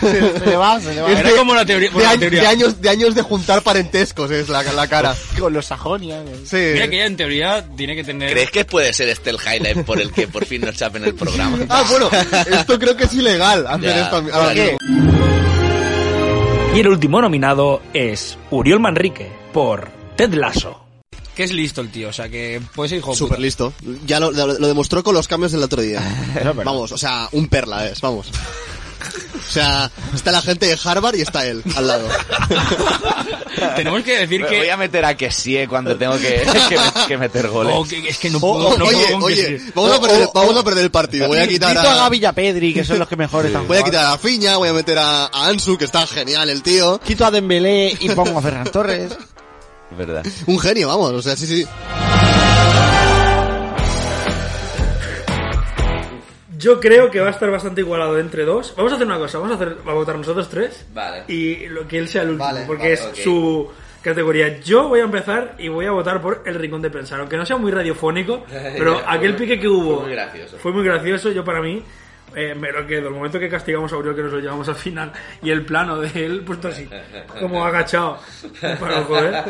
D: Se- se le va, se le va.
Q: Es
D: Era
Q: de-
D: como la teoría-
Q: De,
D: bueno, la
Q: año-
D: teoría.
Q: de años, de años de juntar parentescos es la, la cara.
D: Con los sajonia. eh.
Q: Sí.
B: Mira que ella en teoría tiene que tener.
J: ¿Crees que puede ser este el highlight por el que por fin nos chapen el programa?
Q: Ah, bueno, esto creo que es ilegal hacer
J: Ya.
Q: esto ahora mismo.
I: Y el último nominado es Uriol Manrique por Ted Lasso.
B: Que es listo el tío, o sea, que puede ser hijo.
I: Súper
B: puta.
N: listo. Ya lo, lo- lo demostró con los cambios del
D: *laughs*
N: otro día. Vamos, o sea, un perla es, vamos. O sea, está la gente de Harvard y está él al
D: *laughs*
N: lado.
B: Tenemos que decir
J: Me
B: que.
J: Voy a meter a que sí eh, cuando tengo que, *laughs* que me- que meter goles.
B: Oh, que- es que no
Q: O-
B: puedo.
Q: o-
B: no
Q: oye,
B: puedo con que
Q: oye,
B: sí.
Q: vamos, a perder, vamos a perder el partido. Voy a quitar
D: Quito a
Q: a,
D: Gaby y a Pedri, que son los que mejor están
Q: voy a quitar a Fiña, voy a meter a, a Ansu, que está genial el tío.
D: Quito a Dembélé y pongo a Ferran Torres.
J: Verdad.
Q: Un genio, vamos, o sea, sí, sí.
E: Yo creo que va a estar bastante igualado entre dos. Vamos a hacer una cosa, vamos a, hacer, a votar nosotros tres.
F: Vale.
E: Y lo, que él sea el último,
F: Vale,
E: porque
F: vale,
E: es
F: ok.
E: su categoría. Yo voy a empezar y voy a votar por El Rincón de Pensar, aunque no sea muy radiofónico, pero
F: *laughs* Ya,
E: aquel
F: fue-
E: pique que hubo
F: fue muy gracioso.
E: fue muy gracioso, yo para mí. eh, me lo quedo, el momento que castigamos a Uriol que nos lo llevamos al final y el plano de él puesto así, como agachado. Pero, joder.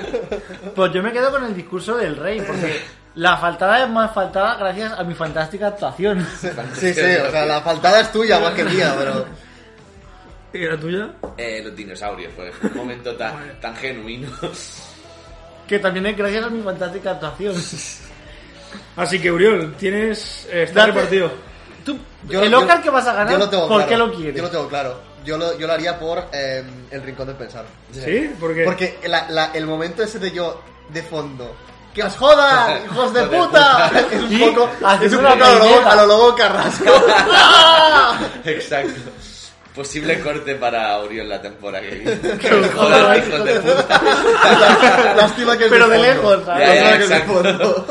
G: Pues yo me quedo con el discurso del rey, porque la faltada es más faltada gracias a mi fantástica actuación.
H: Sí, sí, o sea, la faltada es tuya más que mía, pero...
E: ¿Y la tuya?
F: Eh, los dinosaurios, fue un momento tan, tan genuino. *laughs*
G: Que también es gracias a mi fantástica actuación.
E: Así que Uriol, tienes... eh, está
G: Date-
E: repartido.
H: Yo-
G: el
H: yo-
G: Oscar que vas a ganar,
H: yo lo tengo
G: ¿por qué
H: claro,
G: lo quieres?
H: Yo lo tengo claro. Yo lo, yo lo haría por eh, El Rincón del Pensar.
E: ¿Sí? ¿Por qué?
H: Porque la- la- el momento ese de yo, de fondo, ¡Que os jodan, hijos de puta! *laughs* Es un
F: Y
H: poco, es
F: haces
H: un
F: una
H: poco a, lo lobo,
F: galleta.
H: a lo lobo carrasco. *laughs*
F: Exacto. Posible corte para Oriol la temporada que viene.
H: jodan,
F: *laughs* Joder, hijos de puta.
H: Lástima que es
E: Pero
H: de
E: de
H: fondo.
E: lejos, ¿sabes?
F: Ya, ya,
E: Lástima que es de
F: exacto.
H: fondo.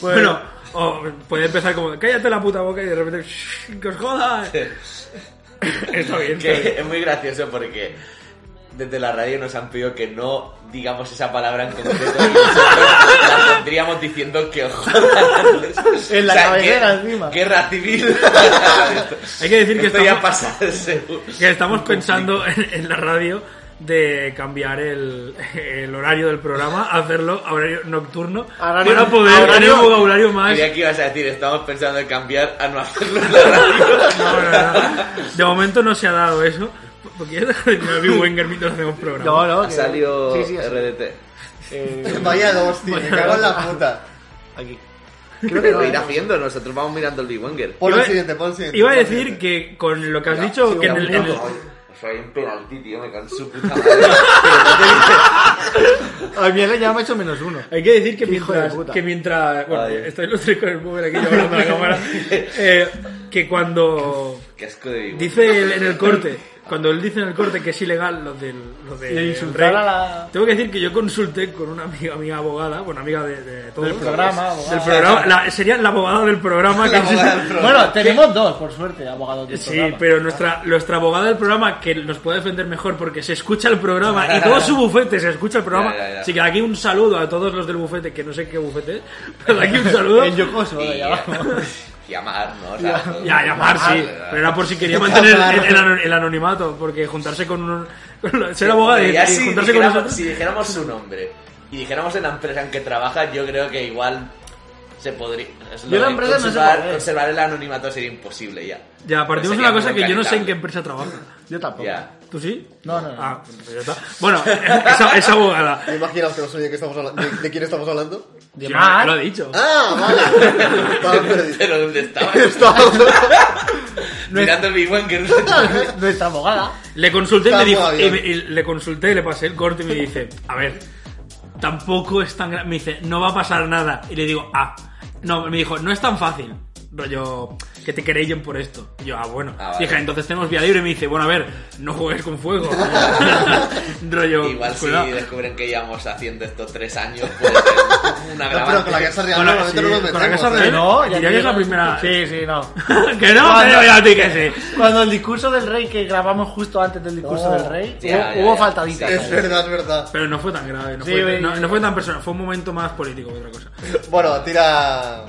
E: Pues- bueno, o puede empezar como cállate la puta boca y de repente "Shh, que os *laughs* jodas. Está bien,
F: Que
E: está bien.
F: es muy gracioso porque desde la radio nos han pedido que no digamos esa palabra en concreto. y nosotros la pondríamos diciendo que os jodan.
H: En la
F: O sea,
H: cabecera,
F: que-
H: encima.
F: Guerra civil.
E: Hay que decir que
F: Esto
E: estamos,
F: ya pasa.
E: que estamos pensando en, en la radio de cambiar el, el horario del programa, hacerlo a horario nocturno
F: Ahora
E: para poder tener un vocabulario más.
F: Creía que ibas a decir, estamos pensando en cambiar a no hacerlo. *laughs*
E: De momento no se ha dado eso. ¿Por qué *laughs* dejar de tirar a Bill Wenger mientras hacemos programa?
F: No, no, Ha que- salido sí, sí, ha salido.
E: RDT.
H: Vaya dos, tío, me cago en la puta.
F: Aquí.
H: Creo
F: Creo
H: que
F: que
H: no,
F: lo irá
H: no.
F: haciendo, nosotros vamos mirando el Big Wenger.
H: Pon el siguiente, pon el siguiente.
E: Iba a decir que con lo que has dicho, que en el- en el,
F: Soy un penalti, tío, me cago en su puta madre.
G: A mí ya me ha hecho menos uno.
E: Hay que decir que
G: Hijo
E: mientras,
G: de puta.
E: que mientras bueno, estoy los tres con el móvil aquí llevando
G: *laughs*
E: la cámara, eh, que cuando
F: Qué asco de Big
E: dice él en el corte, cuando él dice en el corte que es ilegal los del, los de
G: Y insultar a la-
E: tengo que decir que yo consulté con una amiga mía abogada, bueno amiga de, de todos,
G: Del programa,
E: del
G: abogada.
E: programa, la- sería la abogada del
G: *laughs*
E: programa, que
G: Bueno, tenemos dos, por suerte, abogados del
E: Sí,
G: programa.
E: pero nuestra, nuestra abogada del programa, que nos puede defender mejor porque se escucha el programa y todo su bufete se escucha el programa.
G: *laughs* Ya, ya, ya.
E: Así que aquí un saludo a todos los del bufete, que no sé qué bufete es, pero aquí un
G: *laughs*
E: saludo.
G: El yocoso eh. de allá
F: *laughs*
G: abajo.
F: Llamar, ¿no? O
E: Ya,
F: sea, todo-
E: ya, llamar, sí.
F: Ah,
E: Pero era por si
G: *laughs*
E: quería mantener el, el anon- el anonimato, porque juntarse con un. con la- ser abogada y,
F: Pero ya
E: y
F: si
E: juntarse con
F: dijéramos-
E: nosotros.
F: Si dijéramos su nombre y dijéramos en la empresa en que trabaja, yo creo que igual se podría. es lo
E: Yo la
F: de
E: empresa no sé
F: conservar,
E: cuál es.
F: conservar el anonimato sería imposible ya.
E: Ya, partimos de
F: Sería
E: una cosa
F: muy
E: que yo no sé en
F: canetable.
E: qué empresa trabaja.
G: Yo tampoco.
E: *laughs*
F: Ya. *laughs*
E: ¿Tú sí?
G: No, no, no.
E: Ah, pues ya está. Bueno, *laughs* esa, esa abogada.
H: ¿Te imaginas que no sé de, qué estamos hablando- de- de quién estamos hablando?
E: De Mar. Lo he dicho.
H: Ah, vale. Estaba perdido.
F: Pero
E: *laughs*
F: ¿dónde estaba? Mirando el Big
G: *laughs*
F: Wenger.
E: *laughs*
G: Nuestra abogada.
E: Le consulté y
G: Está
E: me dijo,
G: muy bien.
E: y me- y le consulté, le pasé el corte y me dice, a ver, tampoco es tan grave. Me dice, no va a pasar nada. Y le digo, ah, no, me dijo, no es tan fácil. Rollo, que te querellen por esto. Y yo, ah, bueno.
F: vale.
E: Dije, entonces tenemos vía libre. Y me dice, bueno, a ver, no juegues con *laughs* fuego. Rollo,
F: Igual si
E: cuidado.
F: descubren que llevamos haciendo esto
E: *laughs*
F: tres años, puede ser una
E: pero
F: grabada.
E: con la Casa Real Con la- normalmente sí, no nos con la metemos, Casa ¿eh? Real. Diría que es la primera-
G: Sí, sí, no.
E: *laughs* Que no,
G: Cuando-
E: te digo
G: *laughs*
E: yo a ti que sí.
G: Cuando el discurso del rey que grabamos justo antes del discurso
H: Oh,
E: No.
G: del rey,
E: Ya,
G: hubo,
E: ya,
G: hubo
E: ya.
G: faltaditas.
E: Sí, es verdad,
H: es verdad.
E: Pero no fue tan grave, no,
G: Sí,
E: fue,
G: güey.
E: no- no fue tan personal, fue un momento más político que otra cosa.
H: Bueno, tira.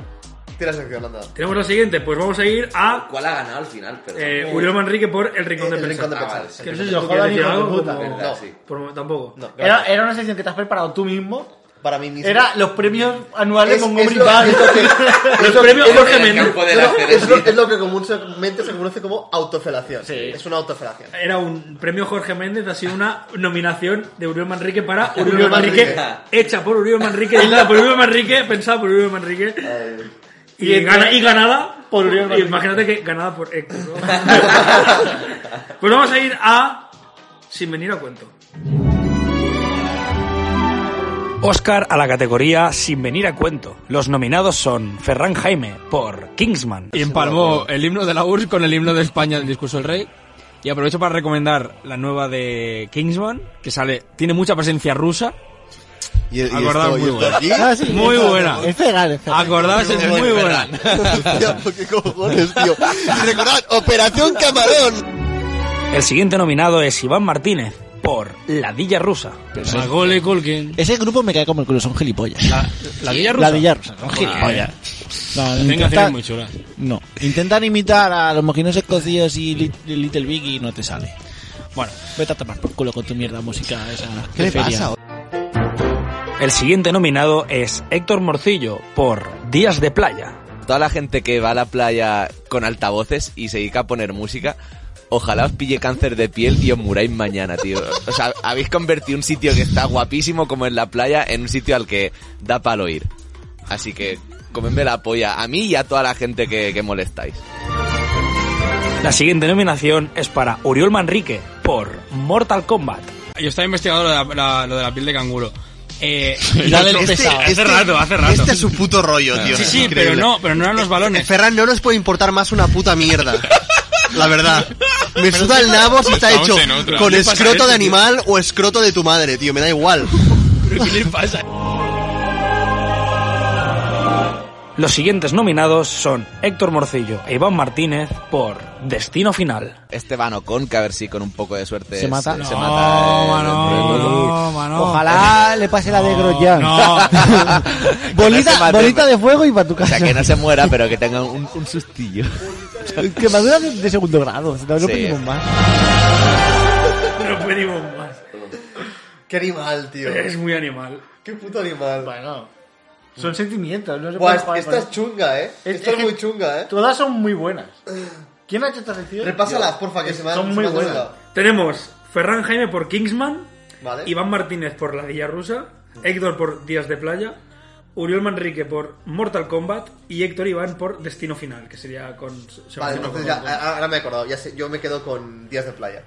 H: Tira sección, anda.
E: Tenemos la siguiente, pues vamos a ir a.
F: ¿Cuál ha ganado al final? Perdón.
E: Eh, Uriel Manrique por El Rincón de
H: El Rincón
E: Pensar.
H: de Pensar.
E: Ah, vale.
H: Sí.
E: Que no sé si
H: Yo
E: tú
H: jodan,
E: quieres decir
H: hijo de
E: algo.
H: puta.
E: como-
H: Verdad, sí.
E: por mo- tampoco.
G: Era, era una sección que te has preparado tú mismo.
H: Para mí mismo.
G: Era los premios
E: *laughs*
G: anuales
H: Es-
G: con
H: es lo-
G: Británico.
H: *laughs* es lo que- es lo- es lo que-
E: del
H: no,
E: ajedrez.
H: es lo- Es lo que comúnmente se conoce como autofelación. Es una autofelación.
E: Era un premio Jorge Méndez, ha sido una nominación de Uriel Manrique para Uriel,
H: Uriel
E: Manrique,
H: Manrique.
E: hecha por Uriel Manrique, editada por Uriel Manrique, pensada por Uriel Manrique. Y, gana- y ganada por
G: Uriel
E: y
G: Manrique.
E: Imagínate que ganada por Héctor. ¿no? *laughs* pues vamos a ir a. Sin venir a cuento.
I: Oscar a la categoría Sin venir a cuento. Los nominados son Ferran Jaime por Kingsman.
B: Y empalmó el himno de la URSS con el himno de España del discurso del rey. Y aprovecho para recomendar la nueva de Kingsman, que sale, tiene mucha presencia rusa.
N: Y,
B: y Acordaos,
N: esto- y esto
B: muy buena.
N: aquí.
B: Ah, sí, muy
N: esto-
B: buena.
N: es legal, es legal.
B: Acordaos, es
N: Muy
B: muy buena.
N: Tío, ¿Qué cojones,
D: *laughs*
N: tío? Y recordad, Operación Camarón.
I: El siguiente nominado es Iván Martínez por La Dilla Rusa.
B: Macaulay Culkin.
O: Ese grupo me cae como el culo, son gilipollas.
B: ¿La Villa Rusa?
O: La Villa Rusa, son
B: Ah,
O: gilipollas. No,
B: Tengo
O: intentan-
B: canciones muy chulas.
O: No, intentan imitar a los mojinos escocíos y Lit- Little Big y no te sale. Bueno, vete a tomar por culo con tu mierda música esa.
I: ¿Qué
O: de
I: le
O: feria.
I: pasa? El siguiente nominado es Héctor Morcillo por Días de Playa.
J: Toda la gente que va a la playa con altavoces y se dedica a poner música, ojalá os pille cáncer de piel y os muráis mañana, tío. O sea, habéis convertido un sitio que está guapísimo como es la playa en un sitio al que da palo ir. Así que comedme la polla a mí y a toda la gente que, que molestáis.
I: La siguiente nominación es para Uriol Manrique por Mortal Kombat.
B: Yo estaba investigando lo de la, la- lo de la piel de canguro.
H: *laughs*
B: Eh,
N: Y
B: dale
N: otro-
B: el pesado.
N: este-
B: Hace rato, hace rato.
N: Este es su puto rollo, tío.
B: Sí,
N: es
B: sí,
N: increíble.
B: pero no, pero no eran los
H: *laughs*
B: balones.
N: Ferran, no nos puede importar más una puta mierda. La verdad. Me
B: Pero
N: suda el
B: estamos-
N: nabo si está
B: estamos
N: hecho
B: en otra.
N: con
B: ¿Qué le pasa a
N: escroto
B: este,
N: de
B: tío?
N: animal o escroto de tu madre, tío. Me da igual.
B: ¿Qué le pasa?
I: Los siguientes nominados son Héctor Morcillo e Iván Martínez por Destino Final.
J: Esteban Ocon, que a ver si con un poco de suerte
I: ¿Se mata?
J: Se,
I: No,
J: se mata. eh,
B: No, mano.
D: Ojalá le pase la de Grosjean.
J: se
D: bolita,
J: mate.
D: bolita de fuego y para tu
J: O
D: casa.
J: sea, que no se muera, pero que tenga un, un
D: *laughs*
J: sustillo.
D: Que madura de, de segundo grado. No, no
J: Sí.
D: pedimos más.
E: *laughs* No pedimos más.
H: Qué animal, tío.
E: Eres muy animal.
H: Qué puto animal.
G: Bueno. Son sentimientos. No se puede
H: Buah, es-
G: jugar
H: esta
G: con
H: es
G: eso.
H: chunga, eh.
G: Es-
H: Esta es
G: es
H: muy
G: que
H: chunga, eh.
G: Todas son muy buenas.
H: Ah.
G: ¿Quién ha hecho esta sección?
H: Repásalas, porfa, que se me ha-
G: Son
H: se
G: muy
H: me ha
G: buenas.
H: desvelado.
E: Tenemos Ferran Jaime por Kingsman,
H: Vale.
E: Iván Martínez por La Villa Rusa, Héctor por Días de Playa, Uriol Manrique por Mortal Kombat y Héctor Iván por Destino Final, que sería con... se
H: Vale,
E: menciona
H: entonces
E: con-
H: ya, a- ahora me he acordado, ya sé, yo me quedo con días de playa.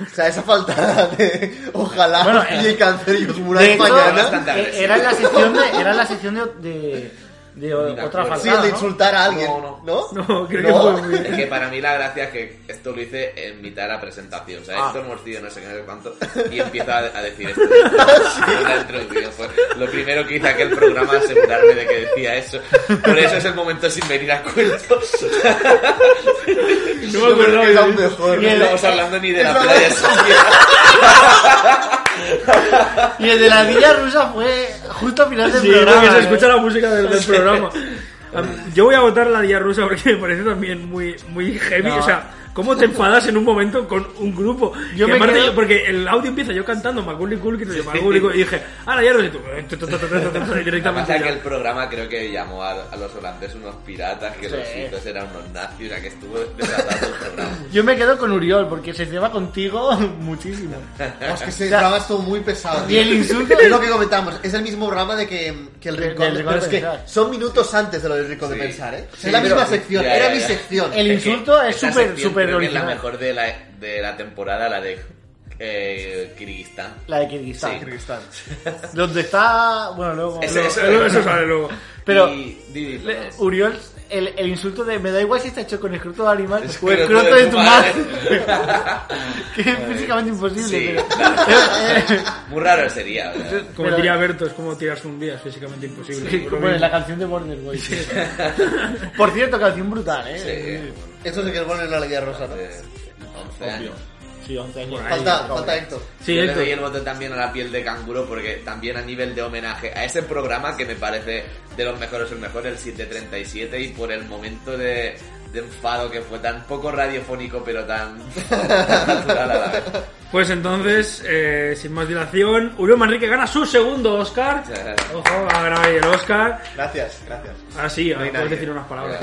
H: o sea, esa falta *laughs* de ojalá
G: Bueno,
H: y el
G: eh,
H: cáncer y os
G: De
H: muráis
G: hecho,
H: mañana.
G: eh, era en la sección de, era en la sección de, de- de o-
H: de
G: otra
H: acuerdo.
G: faltada,
H: Sí, el de
G: ¿no?
H: insultar a alguien,
F: No,
H: ¿no?
G: creo que fue muy
F: Es que para mí la gracia es que esto lo hice en mitad de la presentación. O
G: Ah.
F: sea, Héctor Morcillo no sé qué, no sé cuánto. Y empieza a, a decir esto. En la introducción fue pues. lo primero que hice aquel programa asegurarme de que decía eso. Por eso es el momento sin venir a cuento.
H: No me acordaba
F: Es
E: ¿eh?
H: yo.
F: aún mejor. No
H: Y el-
F: estamos hablando ni de la
H: Eso-
F: playa. siquiera.
G: Y el de la Villa Rusa fue justo al final del
E: Sí,
G: programa.
E: porque se
G: ¿eh?
E: escucha la música del,
G: *laughs*
E: del
G: Sí.
E: programa. Am- Yo voy a votar la Día Rusa porque me parece también muy, muy heavy.
G: No.
E: O sea, ¿cómo te enfadas en un momento con un grupo?
G: Yo
E: Que
G: me
E: aparte
G: quedo-
E: yo- porque el audio empieza yo cantando Macaulay Culkin y Macaulay Culkin, y dije, ah, la Día Rusa", y tú, eh, tu, tu, tu, tu, tu, tu, tu,
F: Además,
E: directamente. ya.
F: aquel programa creo que llamó a, a los holandeses unos piratas, que
G: Sí.
F: los suizos eran unos nazis, o sea, que estuvo desatado el programa.
G: Yo me quedo con Uriol porque se lleva contigo *laughs* muchísimo.
H: Es
G: *laughs*
H: que ese programa estuvo muy pesado.
G: Y el insulto
H: es lo que comentamos. Es el mismo programa de que, que el
G: Del-
H: rincón.
G: del
H: de-
G: Rincón
H: pero
G: de
H: es que
G: Pensar.
H: son minutos antes de lo del rincón de pensar, ¿eh?
F: Sí,
H: es la
F: pero-
H: misma sección.
F: Ya,
H: era
F: ya,
H: mi
F: ya.
H: sección.
G: El
F: Es que
G: insulto es
F: esta
G: súper,
F: sección
G: súper
F: creo que Es la
G: original.
F: mejor de la, de la temporada, la de eh, Kirguistán.
G: La de Kirguistán.
F: Sí.
H: Kirguistán.
G: Donde está. Bueno, luego.
F: Eso-
G: luego-
F: eso-
G: luego-
F: eso sale luego.
G: Pero.
F: Y- uh, di-
G: le- Uriol, el, el insulto de me da igual si está hecho con escroto de animal o
F: Escroto
G: escroto
F: de
G: de
F: tu
G: tu
F: madre".
G: madre. *laughs* que es físicamente imposible.
F: Sí,
I: *laughs*
G: pero-
F: claro. Muy raro sería. ¿verdad?
E: Como
G: Pero-
E: diría Berto, es como tirarse un día, es físicamente imposible.
G: Sí,
E: Por lo
G: como en
E: mismo.
G: la canción de Border Boy. Por cierto, canción brutal,
F: Sí.
G: ¿eh?
H: Eso se quedó en la ley rosa, ¿no?
F: Eh, 11 años.
G: Sí, 11 años.
H: Falta, falta Héctor.
F: Yo le doy el voto también a la piel de canguro porque también a nivel de homenaje a ese programa que me parece de los mejores el mejor, el 737 y por el momento de, de enfado que fue tan poco radiofónico pero tan *laughs* natural a la vez.
E: Pues entonces, eh, sin más dilación, Uriol Manrique gana su segundo Oscar.
F: Muchas gracias.
E: Ojo, ha ganado ahí el Oscar.
H: Gracias, gracias.
E: Ah, sí, ahora puedes
H: nadie.
E: decir unas
H: *laughs*
E: palabras.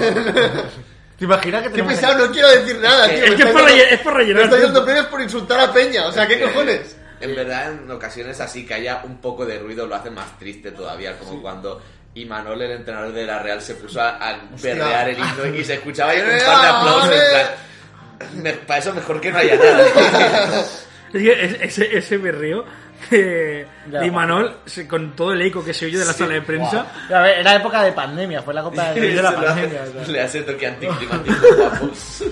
G: ¿Te imaginas que
H: Qué
G: tenemos
H: pesado, no quiero decir nada, tío.
E: Eh, Es
H: me
E: que es
H: estáis
E: para
H: dando-
E: relle- es para rellenar
H: Me estoy dando
E: tiempo.
H: premios por insultar a Peña. O
N: *laughs*
H: sea, ¿qué
F: Que,
H: cojones?
E: Eh,
F: En verdad, en ocasiones así que haya un poco de ruido lo hace más triste todavía, como cuando Imanol, el entrenador de la Real, se puso a, a perrear el himno y
E: *laughs*
F: se escuchaba y un par
E: ¡Eh,
F: de aplausos. en plan, me- para eso mejor que no haya nada.
E: *laughs* Es que es- ese, ese berreo de,
G: Ya.
E: de Imanol, se- con todo el eco que se oye de la sala de prensa.
G: A ver, era época de pandemia, fue la copa de,
I: *laughs*
G: de la
F: *laughs* Se lo hace-
G: pandemia. o sea.
F: Le hace
E: *laughs*
F: toque anticlimático, guapos.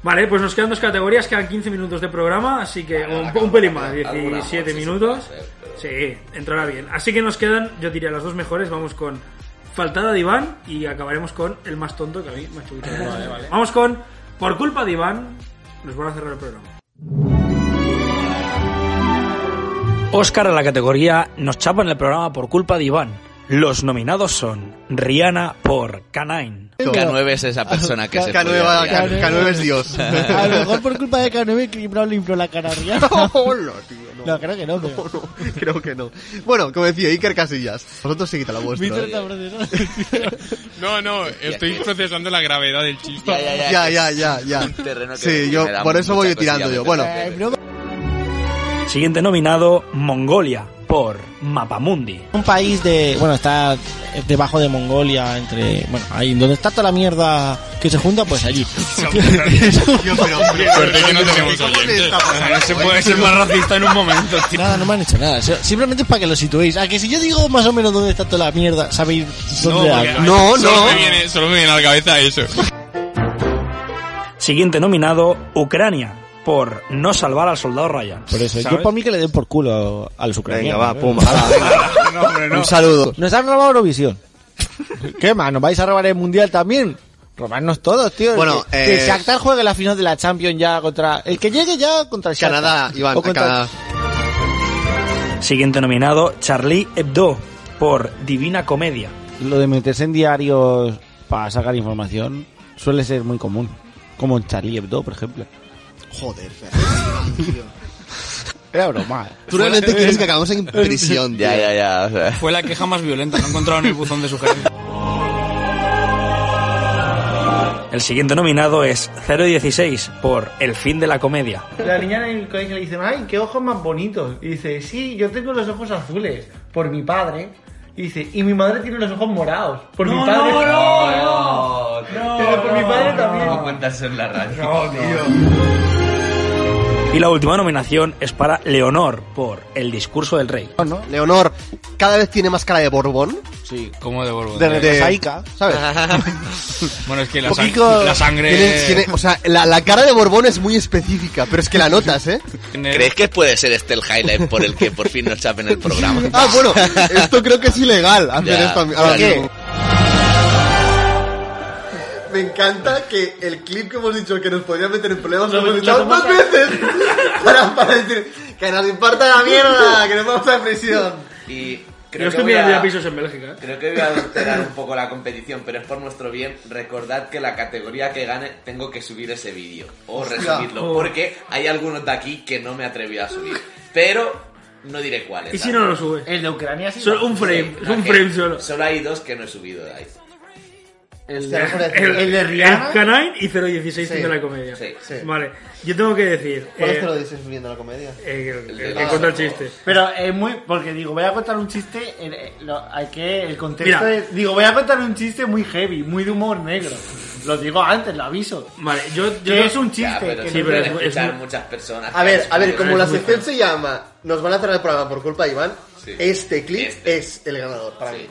E: Vale, pues nos quedan dos categorías, quedan 15 minutos de programa, así que un, un pelín más, 17 minutos. Sí, entrará bien. Así que nos quedan, yo diría, las dos mejores. Vamos con Faltada de Iván y acabaremos con el más tonto que a mí me ha hecho mucha gracia.
G: Vale, vale.
E: Vamos con Por culpa de Iván, nos van a cerrar el programa.
I: Oscar a la categoría Nos chapan el programa por culpa de Iván. Los nominados son Rihanna por Canine.
J: K9 es esa persona que se
N: K9
J: fue a liar.
N: K9 K9 es Dios.
D: A lo mejor por culpa de que no me equilibrado le infló la cara
N: *laughs*
D: a Rihanna.
N: Hola, tío. No.
D: No, creo que no. Pero...
N: Creo que no. Bueno, como decía Iker Casillas, vosotros seguid a la vuestra. ¿eh?
D: Víctor está procesado.
R: No, no, estoy procesando la gravedad del chiste.
N: Ya, ya, ya, ya.
F: eh,
J: Un terreno que-
N: Sí,
J: que
N: yo
J: me da
N: por eso
J: mucha
N: voy tirando
J: cosilla
N: yo. Bueno,
J: meterme.
I: Siguiente nominado, Mongolia por Mapamundi.
O: Un país de. Bueno, está debajo de Mongolia, entre. Bueno, ahí donde está toda la mierda que se junta, pues allí.
R: Suerte que no tenemos oyentes. No se puede ser más racista en un momento.
O: Nada, no me han hecho nada. O sea, Simplemente es para que lo situéis. A que si yo digo más o menos dónde está toda la mierda, sabéis dónde
R: porque-
O: hablo.
R: Solo me viene, solo me viene a la cabeza eso.
I: Siguiente nominado, Ucrania, por no salvar al soldado Ryan.
O: Por eso, yo
I: ¿Sabes?
O: para mí que le den por culo a los ucranianos.
I: Venga, va,
O: ¿eh?
I: pum, ala, venga. No, hombre, no.
O: Un saludo. Nos han robado Eurovisión. ¿Qué más? ¿Nos vais a robar el Mundial también? Robarnos todos, tío.
N: Bueno,
O: que, que
N: eh,
O: Shakhtar juegue la final de la Champions ya contra... El que llegue ya contra el Shakhtar.
N: Canadá, Iván,
O: O contra-
N: Canadá.
I: Siguiente nominado, Charlie Hebdo, por Divina Comedia.
O: Lo de meterse en diarios para sacar información suele ser muy común. Como en Charlie Hebdo, por ejemplo.
N: Joder, fe-
O: Era broma.
N: Tú realmente
R: eh.
N: quieres que acabemos
R: *laughs*
N: en prisión, tío.
J: Ya, ya, ya. o sea.
B: Fue la queja más violenta, no encontraron el buzón de sugerencias.
I: El siguiente nominado es 016, por El fin de la comedia.
G: La niña en el colegio le dice, ay, qué ojos más bonitos. Y dice, sí, yo tengo los ojos azules por mi padre. Y dice, y mi madre tiene los ojos morados por mi padre.
F: no, no,
G: Pero por mi padre también.
F: No cuentas en la radio.
I: Y la última nominación es para Leonor, por El discurso del rey.
P: Leonor cada vez tiene más cara de Borbón.
B: Sí, como de Borbón.
P: De, de Saica, ¿sabes?
B: Bueno, es que la,
P: Un
B: sang-
P: poquito-
B: la sangre.
P: Tiene- tiene- o sea, la, la cara de Borbón es muy específica, pero es que la notas,
R: *laughs*
P: ¿eh?
J: ¿Crees que puede ser este el highlight por el que por fin nos chapen el programa?
H: *laughs*
P: Ah, bueno, esto creo que es ilegal hacer
J: Ya,
P: esto. a mí-
J: claro.
P: ahora
J: ¿Qué?
P: mismo.
H: Me encanta que el clip que hemos dicho que nos podría meter en problemas lo,
G: Lo-
H: hemos
G: lo
H: echado
G: hemos
H: dos veces *laughs* para, para decir que nos importa la mierda, que nos vamos a prisión.
F: Y
E: Yo
F: creo que
E: estoy
F: voy a-
E: pidiendo ya pisos en Bélgica. ¿eh?
F: Creo que voy a alterar un poco la competición, pero es por nuestro bien. Recordad que la categoría que gane tengo que subir ese vídeo o
H: Hostia.
F: resumirlo, porque hay algunos de aquí que no me atreví a subir. Pero no diré cuáles.
E: ¿Y si no lo sube?
G: El de Ucrania sí.
E: Solo un frame, es un frame solo.
F: Solo hay dos que no he subido de ahí.
G: El
H: *laughs*
E: de-
G: el, el de Rihanna.
E: El Canine y 016
G: Sí.
E: de la comedia.
G: Sí. Sí.
E: Vale, yo tengo que decir.
H: ¿Cuál
E: eh,
H: es que lo dices subiendo la comedia?
E: eh, el- el
H: de
E: que
H: la-
E: cuenta el chiste.
G: Pero es muy. Porque digo, voy a contar un chiste. en- eh, lo- hay que. El contexto
E: Mira.
G: es. Digo, voy a contar un chiste muy heavy, muy de humor negro. Lo digo antes, lo aviso.
E: Vale, yo.
G: Que es un chiste.
F: Ya, pero
G: que
F: sí,
G: no-
F: pero
G: es-
F: muchas personas.
H: A ver, a ver, como la
F: sección
H: sección se llama Nos van a cerrar el programa por culpa de Iván,
F: Sí.
H: este clip es el ganador para mí.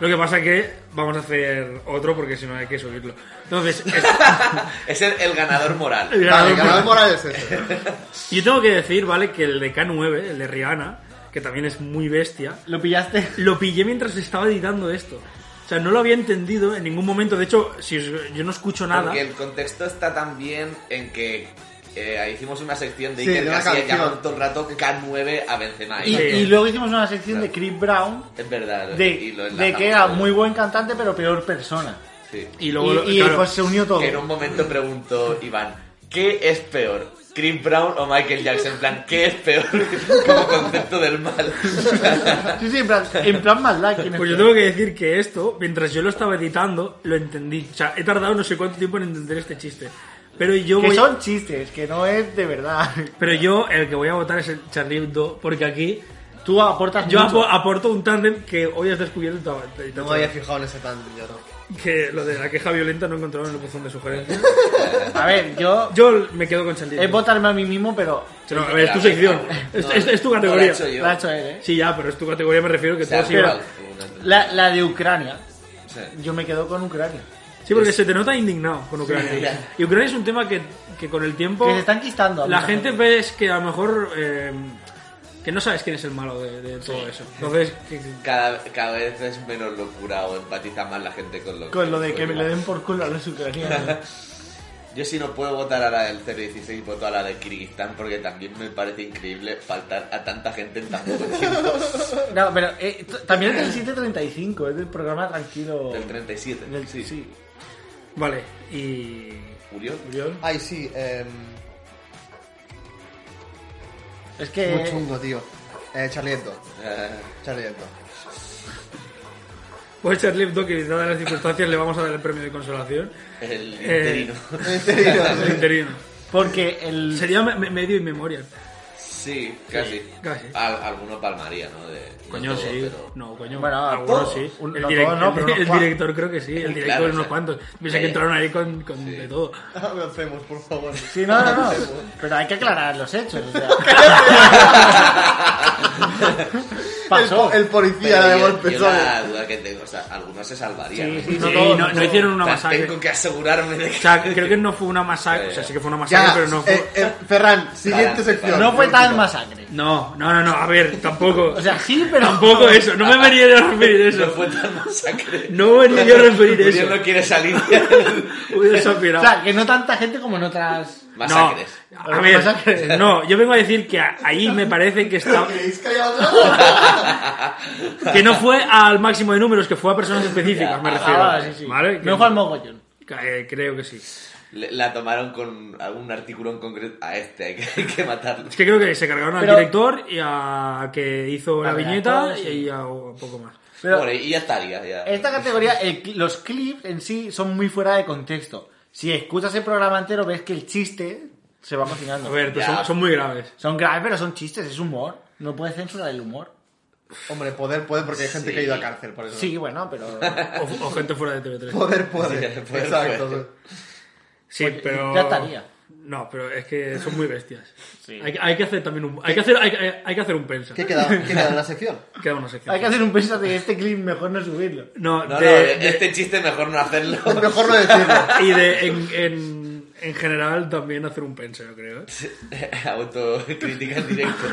E: Lo que pasa que vamos a hacer otro porque si no hay que subirlo. Entonces, es- *laughs*
F: Es el, el ganador moral.
E: El ganador Vale, el ganador moral.
H: es este. ese.
E: yo tengo que decir, ¿vale? Que el de K9, el de Rihanna, que también es muy bestia.
G: ¿Lo pillaste?
E: Lo pillé mientras estaba editando esto. O sea, no lo había entendido en ningún momento. De hecho, si os- yo no escucho nada.
F: Porque el contexto está también en que eh, ahí hicimos una sección de
G: Sí,
F: Iker
G: de una
F: Casillas
G: canción.
F: llamando todo el rato K9 a Benzema.
G: Y,
E: Eh,
G: y luego hicimos una sección de Chris Brown.
F: Es verdad. y
G: De,
F: lo
G: de
F: enlazamos
G: que era
F: todo.
G: muy buen cantante, pero peor persona.
F: Sí.
E: Y luego lo-
G: y
E: claro.
G: pues se unió todo.
F: Que en un momento preguntó Iván, ¿qué es peor? ¿Chris Brown o Michael Jackson? En plan, ¿qué es peor *laughs* como concepto del mal? *laughs*
G: Sí, sí, en plan, en plan maldad. ¿quién es
E: Pues yo
G: peor?
E: tengo que decir que esto, mientras yo lo estaba editando, lo entendí. O sea, he tardado no sé cuánto tiempo en entender este chiste. Pero yo
G: Que
E: voy...
G: son chistes, que no es de verdad.
E: Pero yo, el que voy a votar es el Charlie Hebdo, porque aquí
G: *laughs* Tú aportas
E: yo
G: mucho.
E: apo- aporto un tándem que hoy has descubierto. y te-
H: No me había fijado en ese tanto, yo no.
E: Que lo de la queja violenta no encontraron en el buzón de sugerencias. *laughs*
G: A ver, yo...
E: Yo me quedo con Charlie
G: Es
E: Hebdo.
G: votarme a mí mismo, pero...
E: No, a ver, es tu sección. Es, es- es tu
G: No,
E: categoría.
G: la he hecho yo. La he hecho él, ¿eh?
E: Sí, ya, pero es tu categoría, me refiero que
G: sea,
E: todos
G: pero-
E: igual.
G: La, la de Ucrania.
F: Sí.
G: Yo me quedo con Ucrania.
E: Sí, porque se te nota indignado con
G: Sí,
E: Ucrania.
G: ya.
E: y Ucrania es un tema que, que con el tiempo...
G: Que se están quistando. a
E: La
G: mucha
E: gente ves que a lo mejor eh, que no sabes quién es el malo de, de todo eso. Entonces, que- que-
F: Cada, cada vez es menos locura o empatiza más la gente con lo
G: Con lo de que me
F: con
G: le
F: la-
G: den por culo a los *laughs* ucranianos.
F: Yo si no puedo votar a la del 016, voto a la de Kirguistán porque también me parece increíble faltar a tanta gente en tan poco *laughs* tiempo.
G: No, pero eh, t- también es del 735, es del programa tranquilo.
F: Del 37.
G: Del- sí.
E: vale, y
F: Julio.
H: *laughs* Ay, sí, eh,
G: Es que.
H: muy chungo, tío. Eh, Charlie Hebdo.
F: Eh,
H: Charlie *laughs* Hebdo.
E: pues Charlie Hebdo, que dadas las circunstancias le vamos a dar el premio de consolación.
F: *laughs* El
E: Eh,
F: interino.
E: el interino.
G: Porque el.
E: Sería me- me- medio y memoria.
F: Sí, casi. Al- alguno palmaría, ¿no? De, no
E: Coño,
F: todo,
E: sí.
F: pero-
E: *laughs* No, coño.
G: Bueno,
E: algunos
G: todos.
E: sí.
G: Un-
E: el
G: no,
E: direct-
G: todos no, pero
E: el-
G: unos
E: el
G: cua-
E: director creo que sí. El director
G: Claro, o
E: unos
G: sea,
E: cuantos. Piensa
G: eh,
E: que entraron ahí con, con de todo.
H: Avancemos, por favor.
G: Sí, no, no, no. *laughs* Pero hay que aclarar los hechos. o sea. *laughs* Pasó.
H: El, el policía
F: Pero
H: de
F: yo-
H: golpe,
F: yo la
H: ¿sabes?
F: duda que tengo, o sea, algunos se salvarían.
E: Sí,
F: ¿no?
E: sí, no todos, no todos. O sea,
F: Tengo que asegurarme de
E: O
F: que...
E: sea, creo
F: *laughs*
E: que no fue una masacre. O sea, sí que fue una masacre,
H: Ya,
E: pero no fue.
H: eh, eh, Ferran, siguiente
E: Para,
H: sección.
E: para. No fue
G: tan masacre.
E: No, no, no, no, a ver, tampoco. O
G: sea, sí, pero.
E: Tampoco eso, no me venía yo a referir eso. No
F: fue tan masacre.
E: No me venía yo a referir
F: Uriel
E: eso.
F: no quiere
E: *laughs*
F: salir. *laughs*
E: Hubiera sido
G: O
E: pirado.
G: sea, que no tanta gente como en otras.
E: No, a ver,
G: Masacres.
E: no, yo vengo a decir que a- ahí me parece que está.
H: ¿Creéis que hay
E: Que no fue al máximo de números, que fue a personas específicas, me
F: Ah,
E: refiero.
F: ah, sí, sí.
E: ¿Vale?
F: No fue al
G: mogollón.
E: creo que sí.
F: Le- la tomaron con algún artículo en concreto. A este hay que, *laughs* hay que matarlo.
E: Es que creo que se cargaron
F: Pero-
E: al director y a que hizo la
F: Al
E: viñeta
F: redactor, sí.
E: y a un poco más.
F: Bueno, y ya estaría. Ya.
G: Esta categoría, el cl- los clips en sí son muy fuera de contexto. Si escuchas el programa entero, ves que el chiste se va cocinando.
E: A ver, pero son, son muy graves.
G: Son graves, pero son chistes, es humor. No puedes censurar el humor.
H: Hombre, poder puede porque hay gente que ha ido a cárcel por eso.
G: Sí, bueno, pero.
E: O, o gente fuera de
H: *laughs*
E: TV3.
H: Poder puede.
E: Sí, poder
H: Exacto.
E: puede. Sí,
F: Pues,
G: Oye,
E: pero.
G: ya estaría.
E: No, pero es que son muy bestias. Hay, que- hay que hacer también un. Hay que hacer, hay, que- hay que hacer un pensa.
H: ¿Qué queda? ¿Qué queda? ¿Una *laughs* sección?
E: Queda una sección.
G: Hay que hacer un peso de este clip, mejor no subirlo.
E: No,
F: No,
E: de-
F: no,
E: de-
F: este chiste mejor no hacerlo.
E: y de, en, en, en general también hacer un pensa, yo creo.
F: *laughs*
E: ¿eh?
F: Autocrítica en directo.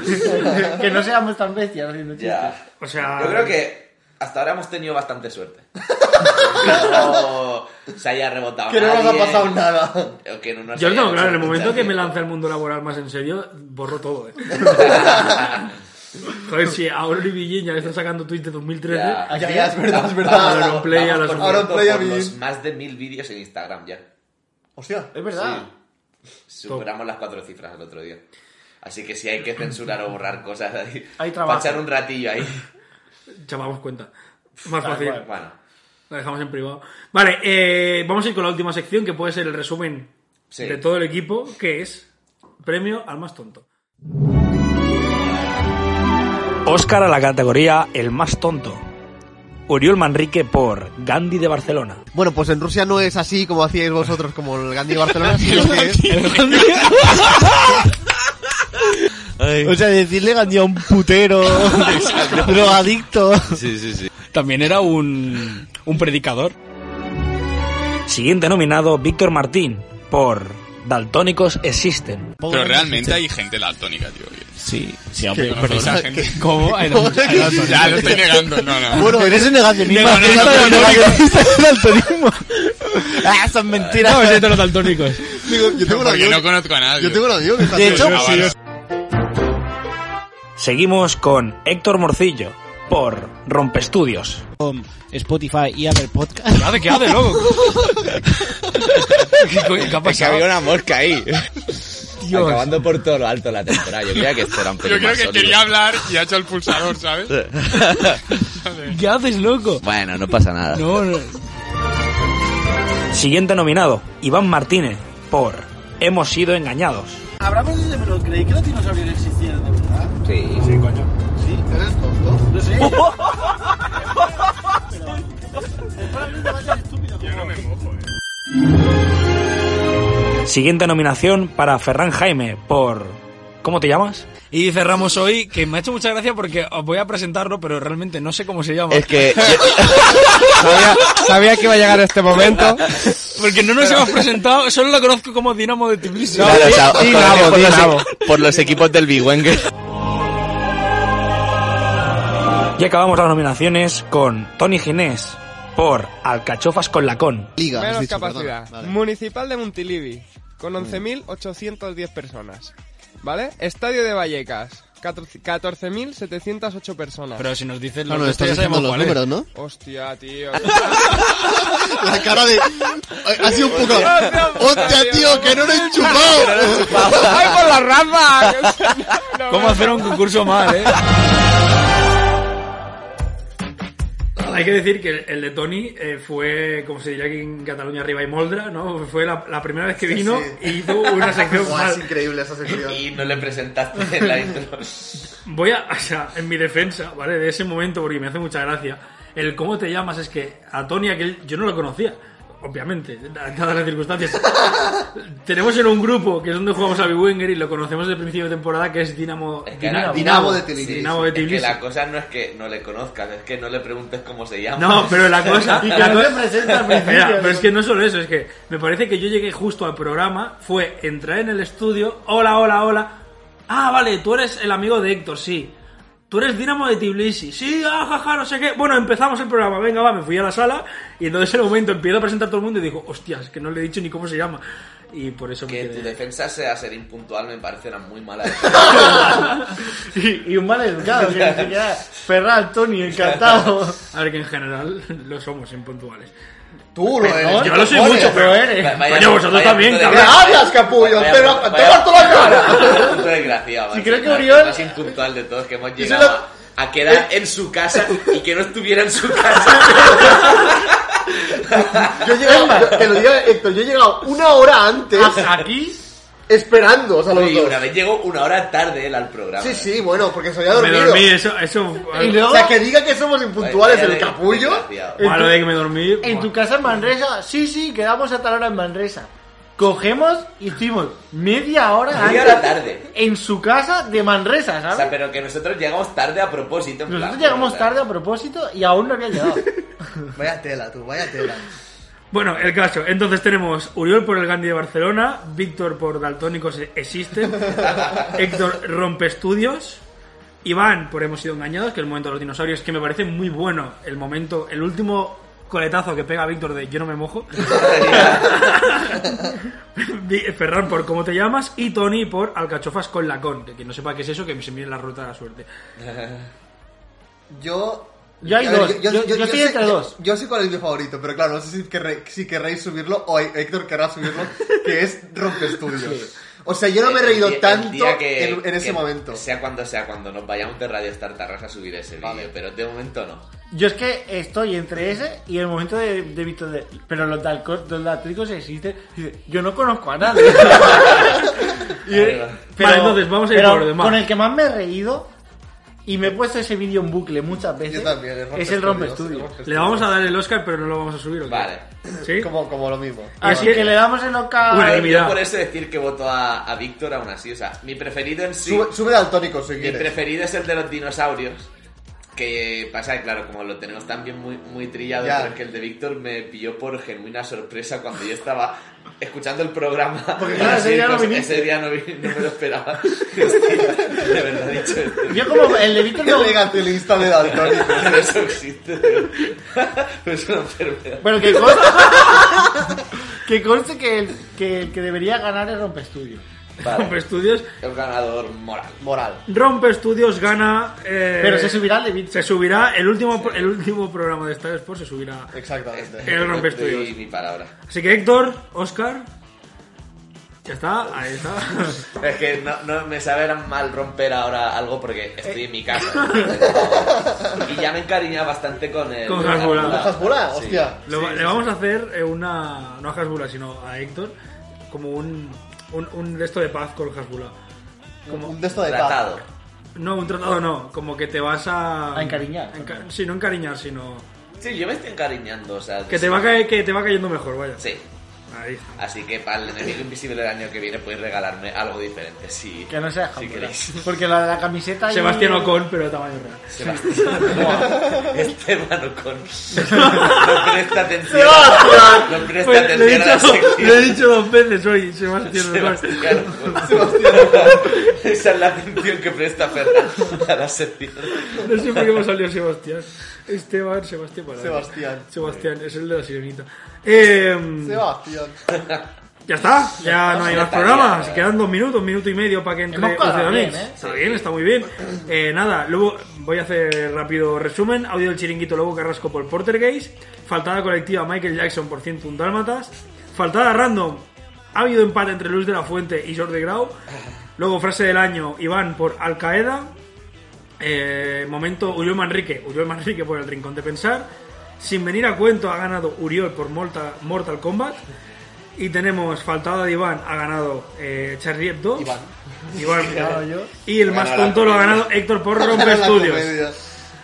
G: *laughs* que no seamos tan bestias haciendo chistes.
F: Ya.
E: O sea.
F: Yo creo que hasta ahora hemos tenido bastante suerte. Que no se haya rebotado.
H: Que no nos ha
F: nadie,
H: pasado nada.
F: o que no nos
E: Yo lo
F: haya
E: tengo claro, en el
F: hecho
E: momento que
F: mucha
E: me lance al mundo laboral más en serio, borro todo, eh. Joder, si ahora y Villiña le están sacando tweets de 2013.
F: *laughs* Ya.
H: Ya, ya, es verdad, es verdad.
F: Ah,
E: Ahora no play a las
F: Vamos, por
E: Auron
F: cierto,
E: Play a
F: por los
E: Villin.
F: más de mil vídeos en Instagram ya.
H: Hostia,
G: es verdad.
F: Sí. Superamos las cuatro cifras el otro día. Así que si hay que censurar o borrar cosas ahí,
E: *laughs* Hay
F: para
E: trabajo.
F: echar un
E: *laughs*
F: ratillo ahí.
E: Chavamos cuenta. Más
F: Tal
E: fácil.
F: cual. Bueno.
E: La dejamos en privado. Vale, eh, vamos a ir con la última sección que puede ser el resumen
F: Sí.
E: de todo el equipo, que es premio al más tonto.
I: Óscar a la categoría El más tonto. Uriol Manrique por Gandhi de Barcelona.
P: Bueno, pues en Rusia no es así como hacíais vosotros, como el Gandhi de Barcelona, sino que es...
O: O sea, decirle Gandhi a un putero, drogadicto.
J: Sí, sí, sí.
I: También era un, un predicador. Siguiente nominado, Víctor Martín, por Daltónicos Existen.
R: Pero realmente hay gente daltónica, tío.
O: Sí, sí,
R: hombre,
O: perdona,
R: esa
O: ¿qué-
R: gente.
O: *laughs* cómo? Hay
R: ¿Cómo
O: dos- hay
R: que-
O: dos dos-
R: Ya, lo estoy negando, no, no.
O: Bueno, eres un negacionista.
R: Digo, no,
O: eres
R: no,
O: un
R: no,
O: negacionista del daltonismo. Ah, esas mentiras.
B: No, es de los daltónicos.
P: yo
R: tengo Porque no conozco a nadie.
P: Yo tengo un amigo que está
I: De hecho,
R: Ah, vale.
I: Seguimos con Héctor Morcillo, por Rompestudios.
O: Con Spotify y Apple Podcast. ¿Qué
I: hace? ¿Qué hace, loco?
J: ¿Qué ha pasado? había una mosca
E: *laughs*
J: ahí. Acabando por todo lo alto la temporada. Yo creía que esto era un
R: Yo
J: pelín
R: creo
J: más
R: que
J: sólido.
R: quería hablar y ha hecho el pulsador, ¿sabes?
E: *laughs*
I: ¿Qué haces, loco?
J: Bueno, no pasa nada.
I: Siguiente nominado, Iván Martínez, por Hemos sido engañados.
K: Hablamos de pero creí que los dinosaurios existían, de verdad.
J: Sí.
K: Sí, coño. Sí, eres tonto. No *laughs* sé. eh.
I: Siguiente nominación para Ferran Jaime, por... ¿Cómo te llamas?
B: Y cerramos hoy, que me ha hecho mucha gracia porque os voy a presentarlo, pero realmente no sé cómo se llama.
R: *laughs*
J: Es que...
B: sabía,
J: sabía que iba a llegar este momento.
B: Porque no nos hemos presentado, solo lo conozco como Dinamo de Tbilisi.
J: Vale, o sea, os conocéis por, los, e- por los equipos del Big Wenger.
I: Y acabamos las nominaciones con Tony Ginés, por Alcachofas con Lacón.
S: Menos capacidad. Municipal de Montilivi, con 11.810 personas. ¿Vale? Estadio de Vallecas, 14- 14.708 personas.
B: Pero si nos dices
S: Claro,
B: los
S: estás
B: ya sabemos
S: diciendo
B: cuál
S: los
B: es.
S: números, Hostia, tío.
P: La cara de... Ha sido un poco... ¡Hostia, tío, que no lo he chupado!
K: ¡Ay, por la rama!
B: ¿Cómo hacer un concurso mal, eh?
E: hay que decir que el de Tony eh, fue, como se diría aquí en Cataluña, arriba y Moldra, ¿no? Fue la, la primera vez que
H: Sí,
E: vino
H: sí.
E: y hizo
F: *laughs*
E: una sección
H: Buah,
E: mal.
H: es increíble esa sección.
F: Y no le presentaste en la intro. *laughs*
E: Voy a, o sea, en mi defensa, ¿vale? De ese momento, porque me hace mucha gracia. El cómo te llamas es que a Tony, aquel, yo no lo conocía, obviamente, dadas las
F: *laughs*
E: circunstancias. Tenemos en un grupo que es donde jugamos a Biwenger y lo conocemos desde el principio de temporada, que es Dinamo,
F: Que era
E: Sí,
F: Sí,
E: Dinamo de
F: es que
E: Tbilisi.
F: la cosa no es que no le conozcas, es que no le preguntes cómo se llama.
E: No, pero la cosa.
F: *laughs* Y
E: la
F: que no
E: cosa-
F: le presentas al principio,
E: *laughs* Espera,
F: ¿no?
E: pero es que no solo eso, es que me parece que yo llegué justo al programa, fue entrar en el estudio, hola, hola, hola. Ah, vale, tú eres el amigo de Héctor, sí. Tú eres Dinamo de Tbilisi, sí, ah, jaja, no sé qué. Bueno, empezamos el programa, venga, va, me fui a la sala y entonces en el momento empiezo a presentar a todo el mundo y digo, hostias, que no le he dicho ni cómo se llama. Y por eso
F: Que
E: me
F: tu *laughs*
E: quedé.
F: defensa sea ser impuntual me parece una muy mala
E: y, un mal
F: educado, que ni siquiera-
E: Ferral, Tony,
F: encantado.
E: A ver, que en general *laughs* lo somos impuntuales.
H: Tú lo eres,
E: Yo lo soy
H: cojones.
E: mucho, pero eres.
H: Va- vaya-
E: Coño, vosotros
H: vaya
E: también,
H: puto
E: cabrón.
H: desgraciado. ¡Gracias, capullo! Te lo- te parto la cara.
F: Un desgraciado.
H: Si
F: macho.
H: creo que
F: La-
H: Oriol-
F: El más impuntual de todos que hemos llegado a a quedar en su casa y que no estuviera en su casa.
H: Yo he llegado, Ah. yo- te lo digo, Héctor, yo he llegado una hora antes.
G: Ah,
E: aquí?
H: Esperando, o sea, los
F: Y
H: dos.
F: una vez llegó una hora tarde él al programa.
H: Sí, sí, bueno, porque se había dormido.
E: Me dormí, eso. eso
H: Y luego- O sea, que diga que somos impuntuales el capullo.
E: Malo de que me dormí.
G: En tu casa en Manresa, sí, sí, quedamos a tal hora en Manresa. Cogemos y hicimos media hora antes
F: Media hora tarde.
G: en su casa de Manresa,
F: O
G: ¿sabes?
F: sea, pero que nosotros llegamos tarde a propósito. en
G: Nosotros
F: plan,
G: llegamos
F: joder,
G: tarde a propósito y aún no había
E: *laughs*
G: llegado.
H: Vaya tela, tú, vaya tela.
E: Bueno, el caso. Entonces tenemos Uriol por el Gandhi de Barcelona, Víctor por Daltónicos Existen, Héctor Rompe Estudios, Iván por Hemos sido engañados, que es el momento de los dinosaurios, que me parece muy bueno el momento, el último coletazo que pega Víctor de Yo no me mojo. *laughs* Vi- Ferran por Cómo te llamas y Tony por Alcachofas con Lacón, que quien no sepa qué es eso, que se mire la ruta de la suerte.
H: Yo.
G: Yo hay
H: a ver,
G: dos. Yo- yo estoy
H: sé-
G: entre dos.
H: Yo, sé cuál es mi favorito, pero claro, no sé si, querré- si querréis subirlo o Héctor querrá subirlo, que es Rompe Estudios. O sea, yo no me he
F: el
H: reído
F: día- el
H: tanto
F: día que-
H: en, en ese
F: que
H: momento.
F: Sea cuando sea, cuando nos vayamos de Radio Star Tarrasa a subir ese vídeo, pero de momento no.
G: Yo es que estoy entre ese y el momento de, de Víctor de... Pero los dalcos, los daltónicos existen. Dice, yo no conozco a nadie. Y-
E: Vale, entonces, vamos a ir
G: pero
E: por demás.
G: Con el que más me he reído y me he puesto ese vídeo en bucle muchas veces. es el Rompe Estudio.
E: Le vamos a dar el Oscar, pero no lo vamos a subir. Vale. ¿Sí?
H: Como, como lo mismo.
G: Así que le damos el Oscar.
F: Yo- yo por eso decir que voto a, a Víctor aún así. O sea, mi preferido en sí.
H: Sube, sube al tónico si
F: mi
H: quieres.
F: preferido es el de los dinosaurios. Que pasa que, claro, como lo tenemos también muy, muy trillado,
H: Ya.
F: pero es que el de Víctor me pilló por genuina sorpresa cuando yo estaba escuchando el programa.
G: Porque, claro, ese
F: Sí,
G: día no
F: pues,
G: viniste.
F: ese día no vi- no me lo esperaba. *laughs* Hostia, de verdad, dicho esto.
G: Yo como el de
E: *laughs*
G: Víctor
H: Qué elegantelista de Daltónico.
F: Pero eso existe, tío. Pero *laughs* es una enfermedad.
G: Pero que conste,
E: *laughs*
G: que, conste que, el, que el que debería ganar es Rompe Estudio.
E: *laughs* Rompe Estudios.
F: El ganador moral.
H: Moral.
E: Rompe Estudios gana. eh,
G: Pero se subirá el de Víctor.
E: Se subirá el último, el último programa de Star Sports, se subirá.
H: Exactamente.
E: El Rompe
F: Te Este, doy
E: Estudios.
F: mi palabra.
E: Así que Héctor, Oscar. Ya está, ahí está.
G: *laughs*
F: *laughs* Es que no, no me sabe mal romper ahora algo porque estoy en mi casa. y ya me encariña bastante con el.
E: Con Hasbula.
H: Hasbula,
F: Sí.
H: hostia.
E: Lo-
F: Sí,
E: le
F: sí,
E: vamos a hacer eh, una. No a Hasbula, sino a Héctor. Como un. Un, un de esto de paz con Hasbula. Como
H: Un de esto de
F: Tratado.
H: paz.
E: No, un tratado no. Como que te vas a.
G: A encariñar.
E: enca- sí, no encariñar, sino.
F: Sí, yo me estoy encariñando, o sea.
E: Que te, va a caer- que te va cayendo mejor, vaya.
F: Sí.
E: Ahí.
F: Así que para el enemigo invisible del año que viene podéis regalarme algo diferente si,
G: Que no sea
F: si
G: Hasbula.
F: queréis.
G: Porque la de la camiseta. y-
E: Sebastián Ocon, pero de tamaño real.
F: *laughs* Sebastián. Esteban Ocon.
E: *laughs*
F: Este No presta atención.
E: Sebastián.
F: No presta
E: Pues,
F: atención
E: lo, he
F: a la
E: dicho,
F: sección.
E: lo he dicho dos veces hoy, Sebastián Ocon.
F: Sebastián Ocon. Sebastián Ocon. Esa es la atención que presta Ferran a
E: *laughs*
F: la sección.
E: No sé por qué me ha salido Sebastián. Esteban, Sebastián para.
H: Sebastián.
E: Sebastián, es el de la sirenita. Eh,
H: Sebastián.
E: Ya está, ya no hay
H: Ya
E: más
H: está,
E: programas.
H: ya.
E: Quedan dos minutos, minuto y medio para que entre
G: Hemos cuadrado
E: Oceanix.
G: bien, ¿eh?
E: Está bien, está muy bien. Eh, nada, luego voy a hacer rápido resumen. Audio del chiringuito Lobo Carrasco por Porter Gaze. Faltada colectiva Michael Jackson por 101 Dálmatas. Faltada random. Ha habido empate entre Luis de la Fuente y Jordi Grau. Luego frase del año Iván por Al Qaeda. Eh, momento Uriol Manrique. Uriol Manrique por El Rincón de Pensar. Sin venir a cuento ha ganado Uriol por Mortal, Mortal Kombat. Y tenemos Faltada de Iván, ha ganado eh, Charlie Hebdo. *laughs* Iván.
G: *laughs* Ganado yo.
E: y el más
G: Ganado la
E: tonto lo ha
G: comedia.
E: ganado Héctor por Rompe
G: Ganado *laughs* la
E: Estudios.
G: comedia.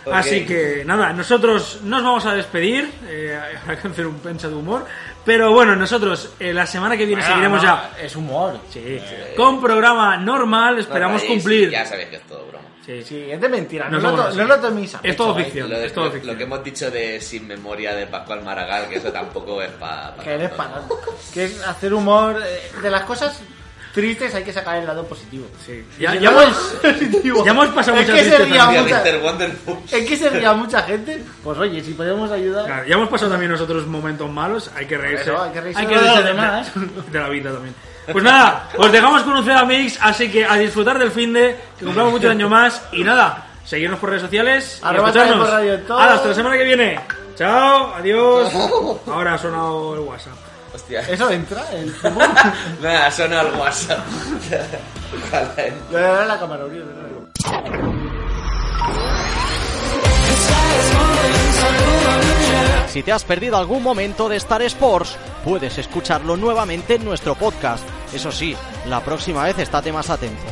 G: Ok.
E: Así que nada, nosotros nos vamos a despedir. eh, *laughs* habrá que hacer un pencha de humor. Pero bueno, nosotros eh, la semana que viene
G: Bueno,
E: seguiremos
G: Ah, no,
E: ya.
G: Es humor.
E: Sí. Con programa normal, esperamos
F: No, no, es-
E: cumplir.
F: Ya sabéis que es todo broma.
E: Sí,
G: sí, es de mentira.
E: No
G: No, lo,
E: somos
G: to-
E: así.
G: no lo toméis a pecho, ¿vale?
F: Lo, de- lo- lo que hemos dicho de sin memoria de Pascual Maragall, que eso tampoco es para.
G: Que eres para Que es hacer humor. eh, De las cosas tristes hay que sacar el lado positivo.
E: Ya-
G: Y el
E: ya
G: lado
E: hemos-
G: positivo-
E: ya hemos pasado
G: es
E: muchas
G: que se
E: veces
G: ría
E: también.
G: mucha,
E: Mr.
G: Es que se ría mucha gente. Pues oye, si podemos ayudar.
E: Claro, ya hemos pasado también nosotros momentos malos, hay que reírse.
G: Eso, hay que reírse
E: Hay
G: de
E: que reírse
G: los demás.
E: de- de la vida también. Pues nada, os dejamos con un Ceda Mix, así que a disfrutar del fin de, que cumplamos muchos años más y nada, seguirnos por redes sociales. y
G: Arroba
E: escucharnos.
G: Trae por Radio Todo.
E: Ahora, hasta la semana que viene. Chao,
G: *laughs*
E: adiós. Ahora ha sonado el WhatsApp.
F: Hostia.
G: Eso entra. El...
F: Nada, suena el WhatsApp. *laughs* Ojalá en-
G: Lo de la cámara, Uriel, lo de la cámara.
A: Si te has perdido algún momento de Star Sports, puedes escucharlo nuevamente en nuestro podcast. Eso sí, la próxima vez estate más atento.